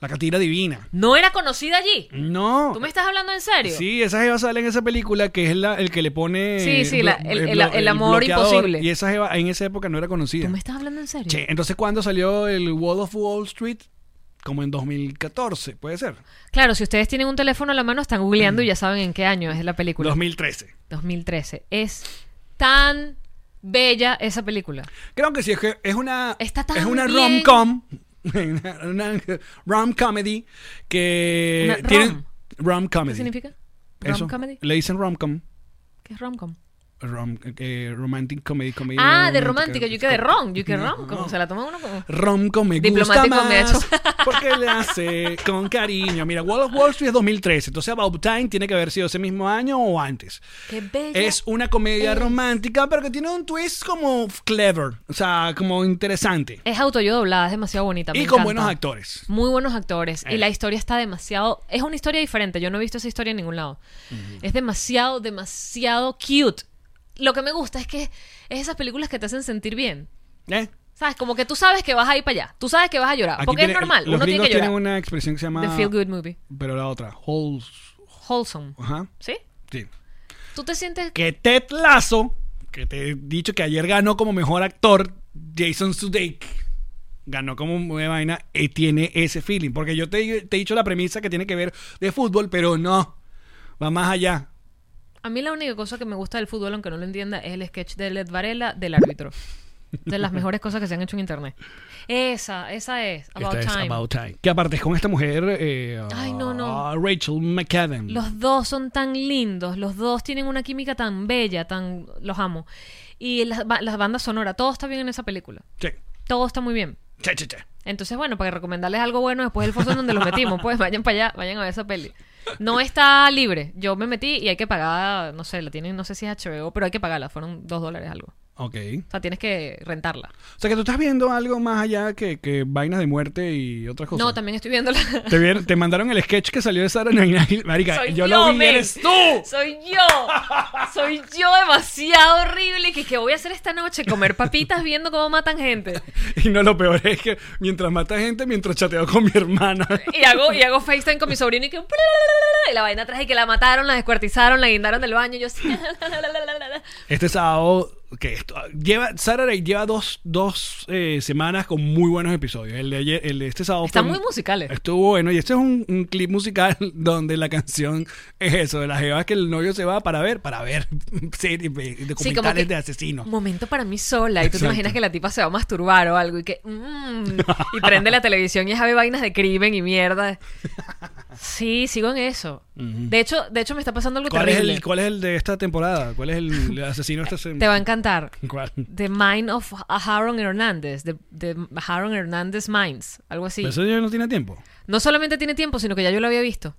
[SPEAKER 3] La catira divina.
[SPEAKER 2] No era conocida allí.
[SPEAKER 3] No.
[SPEAKER 2] ¿Tú me estás hablando en serio?
[SPEAKER 3] Sí, esa jeva sale en esa película que es la, el que le pone
[SPEAKER 2] Sí, sí,
[SPEAKER 3] blo-
[SPEAKER 2] la- el- el-
[SPEAKER 3] blo-
[SPEAKER 2] el amor
[SPEAKER 3] bloqueador,
[SPEAKER 2] imposible.
[SPEAKER 3] Y esa jeva en esa época no era conocida.
[SPEAKER 2] ¿Tú me estás hablando en serio?
[SPEAKER 3] Che, entonces ¿cuándo salió el Wall of Wall Street? Como en 2014, puede ser.
[SPEAKER 2] Claro, si ustedes tienen un teléfono a la mano, están googleando y ya saben en qué año es la película.
[SPEAKER 3] 2013.
[SPEAKER 2] 2013. Es tan bella esa película.
[SPEAKER 3] Creo que sí, es que es una.
[SPEAKER 2] Está tan
[SPEAKER 3] es una
[SPEAKER 2] bien.
[SPEAKER 3] rom-com. Una, una rom comedy que.
[SPEAKER 2] Una
[SPEAKER 3] tiene-
[SPEAKER 2] rom.
[SPEAKER 3] rom
[SPEAKER 2] ¿Qué
[SPEAKER 3] comedy.
[SPEAKER 2] significa?
[SPEAKER 3] Eso.
[SPEAKER 2] ¿Rom comedy?
[SPEAKER 3] Le dicen rom com.
[SPEAKER 2] ¿Qué es rom-com?
[SPEAKER 3] Rom, eh, romantic comedy, comedy.
[SPEAKER 2] Ah, de romántica. Yo que de rom. Yo que
[SPEAKER 3] No,
[SPEAKER 2] rom. ¿Cómo
[SPEAKER 3] no.
[SPEAKER 2] se la toma uno como?
[SPEAKER 3] Rom-com me gusta
[SPEAKER 2] Diplomático me ha
[SPEAKER 3] más
[SPEAKER 2] hecho.
[SPEAKER 3] porque le hace con cariño. Mira, Wall of Wall Street es 2013, entonces About Time tiene que haber sido ese mismo año o antes.
[SPEAKER 2] Qué bella.
[SPEAKER 3] Es una comedia
[SPEAKER 2] es.
[SPEAKER 3] romántica, pero que tiene un twist como clever, o sea, como interesante.
[SPEAKER 2] Es autoyo doblada, es demasiado bonita. me
[SPEAKER 3] Y con
[SPEAKER 2] encanta.
[SPEAKER 3] buenos actores.
[SPEAKER 2] Muy buenos actores. Y
[SPEAKER 3] Eh.
[SPEAKER 2] la historia está demasiado. Es una historia diferente. Yo no he visto esa historia en ningún lado. Es demasiado, demasiado cute. Lo que me gusta es que es esas películas que te hacen sentir bien.
[SPEAKER 3] ¿Eh?
[SPEAKER 2] ¿Sabes? Como que tú sabes que vas a ir para allá. Tú sabes que vas a llorar.
[SPEAKER 3] Aquí
[SPEAKER 2] Ah, porque
[SPEAKER 3] tiene-
[SPEAKER 2] es normal.
[SPEAKER 3] Los
[SPEAKER 2] Uno tiene
[SPEAKER 3] gringos
[SPEAKER 2] que llorar.
[SPEAKER 3] tienen una expresión que se llama.
[SPEAKER 2] The Feel Good Movie.
[SPEAKER 3] Pero la otra, Holes.
[SPEAKER 2] Wholesome.
[SPEAKER 3] Ajá.
[SPEAKER 2] ¿Sí?
[SPEAKER 3] Sí.
[SPEAKER 2] ¿Tú te sientes
[SPEAKER 3] Que Ted Lasso, que te he dicho que ayer ganó como mejor actor, Jason Sudeik. Ganó como una vaina y tiene ese feeling. Porque yo te, te he dicho la premisa que tiene que ver de fútbol, pero no. Va más allá.
[SPEAKER 2] A mí la única cosa que me gusta del fútbol, aunque no lo entienda, es el sketch de Led Varela del árbitro. De las mejores cosas que se han hecho en internet. Esa, esa es. About
[SPEAKER 3] Esta es
[SPEAKER 2] Time.
[SPEAKER 3] About Time. Que aparte es con esta mujer. eh,
[SPEAKER 2] Ay, no, no.
[SPEAKER 3] ah, Rachel McAdams.
[SPEAKER 2] Los dos son tan lindos, los dos tienen una química tan bella, tan los amo. Y las, ba- las bandas sonoras, todo está bien en esa película.
[SPEAKER 3] Sí.
[SPEAKER 2] Todo está muy bien.
[SPEAKER 3] Che, che, che.
[SPEAKER 2] Entonces, bueno, para recomendarles algo bueno después del foso donde los metimos, pues vayan para allá, vayan a ver esa peli. No está libre. Yo me metí y hay que pagar, no sé, la tienen, no sé si es HBO, pero hay que pagarla. Fueron dos dólares algo.
[SPEAKER 3] Ok.
[SPEAKER 2] O sea, tienes que rentarla.
[SPEAKER 3] O sea que tú estás viendo algo más allá que, que vainas de muerte y otras cosas.
[SPEAKER 2] No, también estoy viéndola.
[SPEAKER 3] Te, vieron- te mandaron el sketch que salió de Sara Nainai. Marica,
[SPEAKER 2] Soy
[SPEAKER 3] yo
[SPEAKER 2] yo,
[SPEAKER 3] lo vi,
[SPEAKER 2] men.
[SPEAKER 3] eres tú.
[SPEAKER 2] Soy yo. Soy yo demasiado horrible. Que, que voy a hacer esta noche comer papitas viendo cómo matan gente.
[SPEAKER 3] Y no, lo peor es que mientras mata gente, mientras chateo con mi hermana.
[SPEAKER 2] Y hago, y hago FaceTime con mi sobrino y que. Y la vaina atrás y que la mataron, la descuartizaron, la guindaron del baño. y Yo sí.
[SPEAKER 3] Este sábado, que esto, lleva, Sara Nainai lleva dos, dos eh, semanas con muy buenos episodios. El de, ayer, el de este sábado
[SPEAKER 2] Están
[SPEAKER 3] fue-
[SPEAKER 2] muy ¿eh? musicales.
[SPEAKER 3] Estuvo bueno. Y este es un, un clip musical donde la canción es eso, de las jevas que el novio se va para ver, para ver series, documentales
[SPEAKER 2] Sí, como que,
[SPEAKER 3] de asesinos.
[SPEAKER 2] Momento para mí sola. Y tú te
[SPEAKER 3] Exacto.
[SPEAKER 2] imaginas que la tipa se va a masturbar o algo y que. mm, y prende la televisión y es a ver vainas de crimen y mierda. Sí, sigo en eso. De hecho, de hecho me está pasando algo
[SPEAKER 3] ¿Cuál es,
[SPEAKER 2] terrible.
[SPEAKER 3] el, ¿Cuál es el de esta temporada? ¿Cuál es el asesino de esta sem-
[SPEAKER 2] Te va a encantar.
[SPEAKER 3] ¿Cuál?
[SPEAKER 2] The Mind of Aaron Hernández, de, de Aaron Hernández Minds, algo así.
[SPEAKER 3] Pero Eso ya no tiene tiempo.
[SPEAKER 2] No solamente tiene tiempo, sino que ya yo lo había visto.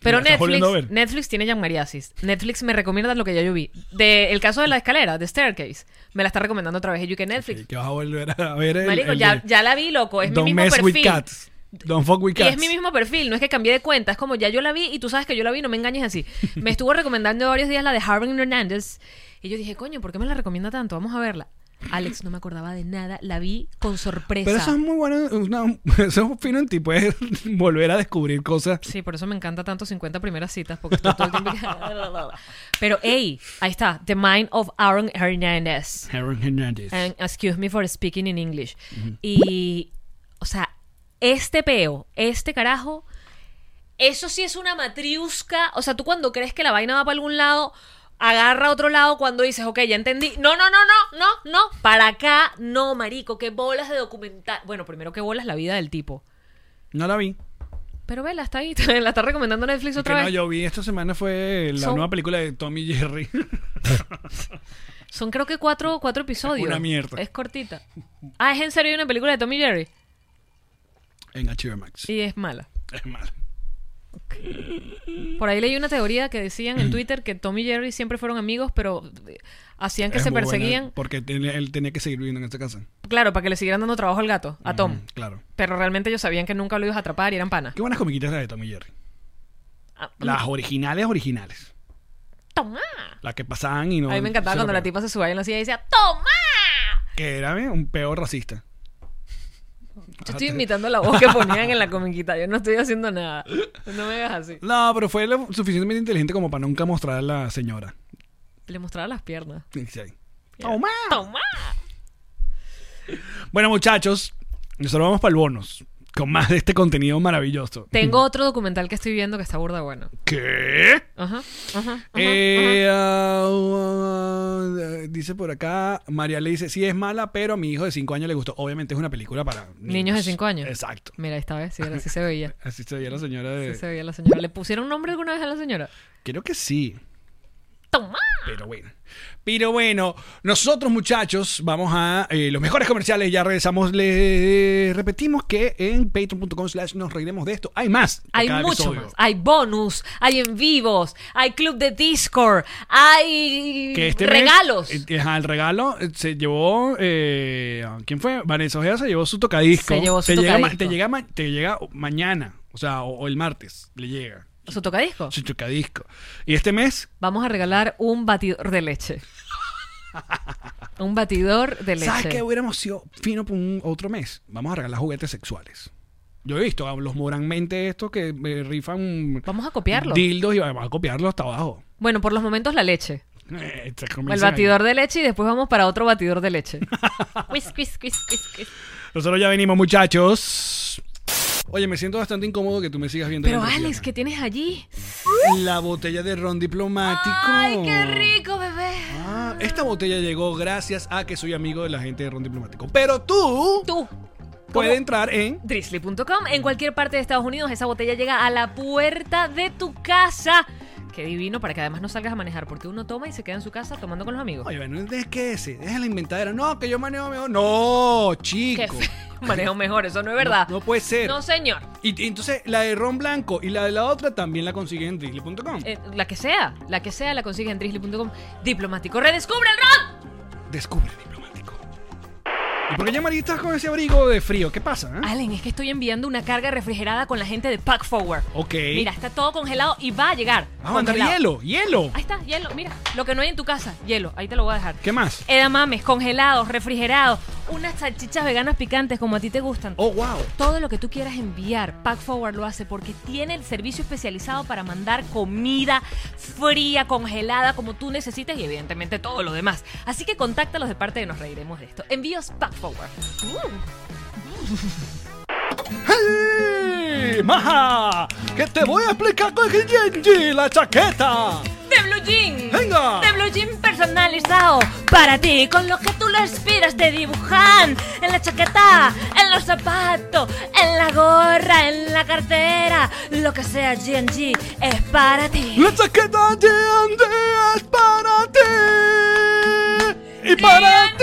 [SPEAKER 2] Pero
[SPEAKER 3] La estás volviendo a
[SPEAKER 2] Netflix,
[SPEAKER 3] ver.
[SPEAKER 2] Netflix tiene Yamariasis. Netflix me recomienda lo que ya yo vi. De, el caso de la escalera, de Staircase, me la está recomendando otra vez. Y yo que Netflix.
[SPEAKER 3] Que vas a volver a ver el,
[SPEAKER 2] Marico,
[SPEAKER 3] el
[SPEAKER 2] ya,
[SPEAKER 3] de
[SPEAKER 2] ya la vi, loco. Es
[SPEAKER 3] Don't
[SPEAKER 2] mi mismo
[SPEAKER 3] mess
[SPEAKER 2] perfil.
[SPEAKER 3] with cats. Don't fuck with
[SPEAKER 2] Y
[SPEAKER 3] cats.
[SPEAKER 2] es mi mismo perfil, no es que cambié de cuenta, es como ya yo la vi y tú sabes que yo la vi, no me engañes así. Me estuvo recomendando varios días la de Harvey Hernández y yo dije, coño, ¿por qué me la recomienda tanto? Vamos a verla. Alex, no me acordaba de nada, la vi con sorpresa.
[SPEAKER 3] Pero eso es muy bueno. una- eso es un fino en ti. Puedes volver a descubrir cosas.
[SPEAKER 2] Sí, por eso me encanta tanto 50 primeras citas, porque estoy todo el tiempo... Pero, hey, ahí está, The Mind of Aaron Hernandez.
[SPEAKER 3] Aaron Hernández.
[SPEAKER 2] And excuse me for speaking in English. Y, o sea, este peo, este carajo, eso sí es una matriusca. O sea, tú cuando crees que la vaina va para algún lado, agarra a otro lado cuando dices, ok, ya entendí. No, no, no, no, no, no. Para acá, no, marico, qué bolas de documental. Bueno, primero qué bolas la vida del tipo.
[SPEAKER 3] No la vi.
[SPEAKER 2] Pero vela, está ahí, la está recomendando Netflix
[SPEAKER 3] Que
[SPEAKER 2] otra
[SPEAKER 3] no,
[SPEAKER 2] vez.
[SPEAKER 3] yo vi esta semana fue la
[SPEAKER 2] Son-
[SPEAKER 3] nueva película de Tommy y Jerry.
[SPEAKER 2] Son creo que cuatro, cuatro episodios.
[SPEAKER 3] Una mierda.
[SPEAKER 2] Es cortita. Ah, es en serio, hay una película de Tommy Jerry.
[SPEAKER 3] en HBO Max.
[SPEAKER 2] Y es mala.
[SPEAKER 3] Es malo.
[SPEAKER 2] Por ahí leí una teoría que decían en Twitter que Tom y Jerry siempre fueron amigos, pero eh, hacían que
[SPEAKER 3] Es
[SPEAKER 2] se
[SPEAKER 3] muy buena,
[SPEAKER 2] perseguían.
[SPEAKER 3] porque ten- él tenía que seguir viviendo en esta casa.
[SPEAKER 2] Claro, para que le siguieran dando trabajo al gato, a Tom.
[SPEAKER 3] Mm, claro.
[SPEAKER 2] Pero realmente ellos sabían que nunca lo ibas a atrapar y eran panas.
[SPEAKER 3] Qué buenas comiquitas las de Tommy y Jerry.
[SPEAKER 2] Ah,
[SPEAKER 3] Las originales, originales.
[SPEAKER 2] ¡Toma!
[SPEAKER 3] Las que pasaban y no.
[SPEAKER 2] a mí me encantaba
[SPEAKER 3] se
[SPEAKER 2] cuando
[SPEAKER 3] lo
[SPEAKER 2] la
[SPEAKER 3] pegaban.
[SPEAKER 2] tipa se subía en la silla y decía ¡Toma!
[SPEAKER 3] Que era ¿eh? un peor racista.
[SPEAKER 2] Yo
[SPEAKER 3] Ah,
[SPEAKER 2] estoy imitando la voz que ponían en la comiquita. Yo no estoy haciendo nada. No me hagas así.
[SPEAKER 3] No, pero fue lo suficientemente inteligente como para nunca mostrar a la señora.
[SPEAKER 2] Le mostraba las piernas.
[SPEAKER 3] Sí.
[SPEAKER 2] ¡Toma! ¡Toma!
[SPEAKER 3] Bueno, muchachos, nosotros vamos para el bonus. Con más de este contenido maravilloso.
[SPEAKER 2] Tengo otro documental que estoy viendo que está burda bueno.
[SPEAKER 3] ¿Qué?
[SPEAKER 2] Ajá, ajá.
[SPEAKER 3] Eh, ah, ah, ah, dice por acá, María le dice, sí es mala, pero a mi hijo de 5 años le gustó. Obviamente es una película para niños.
[SPEAKER 2] Niños de 5 años.
[SPEAKER 3] Exacto.
[SPEAKER 2] Mira, esta vez sí, era- sí se veía.
[SPEAKER 3] Así se veía la señora de...
[SPEAKER 2] Sí se veía la señora. ¿Le pusieron nombre alguna vez a la señora?
[SPEAKER 3] Creo que sí.
[SPEAKER 2] ¡Toma!
[SPEAKER 3] Pero bueno. Pero bueno, nosotros muchachos vamos a eh, los mejores comerciales. Ya regresamos. Les repetimos que en patreon.com slash nos reiremos de esto. Hay más. de
[SPEAKER 2] Hay
[SPEAKER 3] cada
[SPEAKER 2] mucho
[SPEAKER 3] episodio.
[SPEAKER 2] más. Hay bonus, hay en vivos, hay club de Discord, hay
[SPEAKER 3] Que este mes,
[SPEAKER 2] regalos.
[SPEAKER 3] eh, ajá, el regalo eh, se llevó. eh, ¿Quién fue? Vanessa Ojeda se llevó su tocadisco.
[SPEAKER 2] Se llevó su
[SPEAKER 3] te Llega, ma-
[SPEAKER 2] tocadisco.
[SPEAKER 3] te, llega ma- te llega mañana. O sea, o, o el martes le llega
[SPEAKER 2] Su tocadisco.
[SPEAKER 3] su tocadisco. Y este mes
[SPEAKER 2] Vamos a regalar un batidor de leche. un batidor de leche.
[SPEAKER 3] ¿Sabes qué hubiéramos sido fino por un otro mes? Vamos a regalar juguetes sexuales. Yo he visto a los moranmente estos que eh, rifan.
[SPEAKER 2] Vamos a copiarlo.
[SPEAKER 3] Dildos y vamos a copiarlo hasta abajo.
[SPEAKER 2] Bueno, por los momentos la leche.
[SPEAKER 3] Eh, se
[SPEAKER 2] El
[SPEAKER 3] comienzan
[SPEAKER 2] batidor de leche y después vamos para otro batidor de leche. Whisk, whisk, whisk, whisk, whisk.
[SPEAKER 3] ahí. Nosotros ya venimos, muchachos. Oye, me siento bastante incómodo que tú me sigas viendo.
[SPEAKER 2] Pero
[SPEAKER 3] la
[SPEAKER 2] Alex,
[SPEAKER 3] persiana.
[SPEAKER 2] ¿qué tienes allí?
[SPEAKER 3] La botella de ron diplomático.
[SPEAKER 2] ¡Ay, qué rico, bebé!
[SPEAKER 3] Ah, esta botella llegó gracias a que soy amigo de la gente de ron diplomático. Pero tú,
[SPEAKER 2] Tú,
[SPEAKER 3] puedes entrar en.
[SPEAKER 2] drizzly.com. En cualquier parte de Estados Unidos, esa botella llega a la puerta de tu casa. Qué divino para que además no salgas a manejar, porque uno toma y se queda en su casa tomando con los amigos.
[SPEAKER 3] Oye, bueno, es que ese, es la inventadera. No, que yo manejo mejor. No,
[SPEAKER 2] Qué
[SPEAKER 3] chico.
[SPEAKER 2] feo. Manejo mejor, eso no es verdad.
[SPEAKER 3] No, no puede ser.
[SPEAKER 2] No, señor.
[SPEAKER 3] Y, y entonces la de ron blanco y la de la otra también la consiguen en drizzly.com.
[SPEAKER 2] Eh, la que sea, la que sea la consigues en drizzly.com. Diplomático, redescubre el
[SPEAKER 3] ¿Eh?
[SPEAKER 2] rock.
[SPEAKER 3] Descubre diplomático. ¿Y por qué ya María estás con ese abrigo de frío? ¿Qué pasa? eh?
[SPEAKER 2] Allen, es que estoy enviando una carga refrigerada con la gente de Pack Forward.
[SPEAKER 3] Ok.
[SPEAKER 2] Mira, está todo congelado y va a llegar.
[SPEAKER 3] Vamos a mandar
[SPEAKER 2] Congelado.
[SPEAKER 3] hielo, hielo.
[SPEAKER 2] Ahí está, hielo. Mira, lo que no hay en tu casa, hielo. Ahí te lo voy a dejar.
[SPEAKER 3] ¿Qué más?
[SPEAKER 2] edamames, congelados, refrigerados, unas salchichas veganas picantes como a ti te gustan.
[SPEAKER 3] Oh, wow.
[SPEAKER 2] Todo lo que tú quieras enviar, Pack Forward lo hace porque tiene el servicio especializado para mandar comida fría, congelada, como tú necesites y evidentemente todo lo demás. Así que contáctalos de parte de Nos Reiremos de esto. Envíos Pack Forward. Mm.
[SPEAKER 3] ¡Hey! ¡Maja! ¡Que te voy a explicar con el Genji, la chaqueta!
[SPEAKER 2] ¡De Blue Jean.
[SPEAKER 3] ¡Venga!
[SPEAKER 2] De Blue Jean personalizado para ti, con lo que tú lo inspiras te dibujan en la chaqueta, en los zapatos, en la gorra, en la cartera, lo que sea G&G es para ti.
[SPEAKER 3] La chaqueta de Andrea es para ti. Y para ti.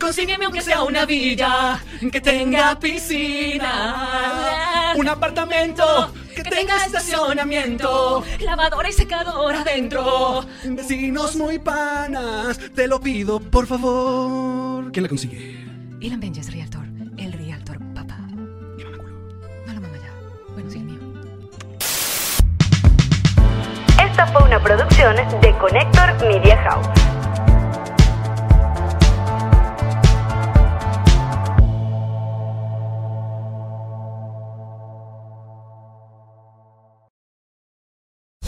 [SPEAKER 2] Consígueme aunque sea una villa que tenga piscina.
[SPEAKER 3] Un apartamento
[SPEAKER 2] Oh, que tenga estacionamiento, lavadora y secadora adentro.
[SPEAKER 3] Vecinos muy panas, te lo pido por favor. ¿Quién la consigue?
[SPEAKER 2] Ilan Benjes, Realtor. El Realtor, papá. No lo mama ya. Bueno, sí, el mío.
[SPEAKER 1] Esta fue una producción de Connector Media House.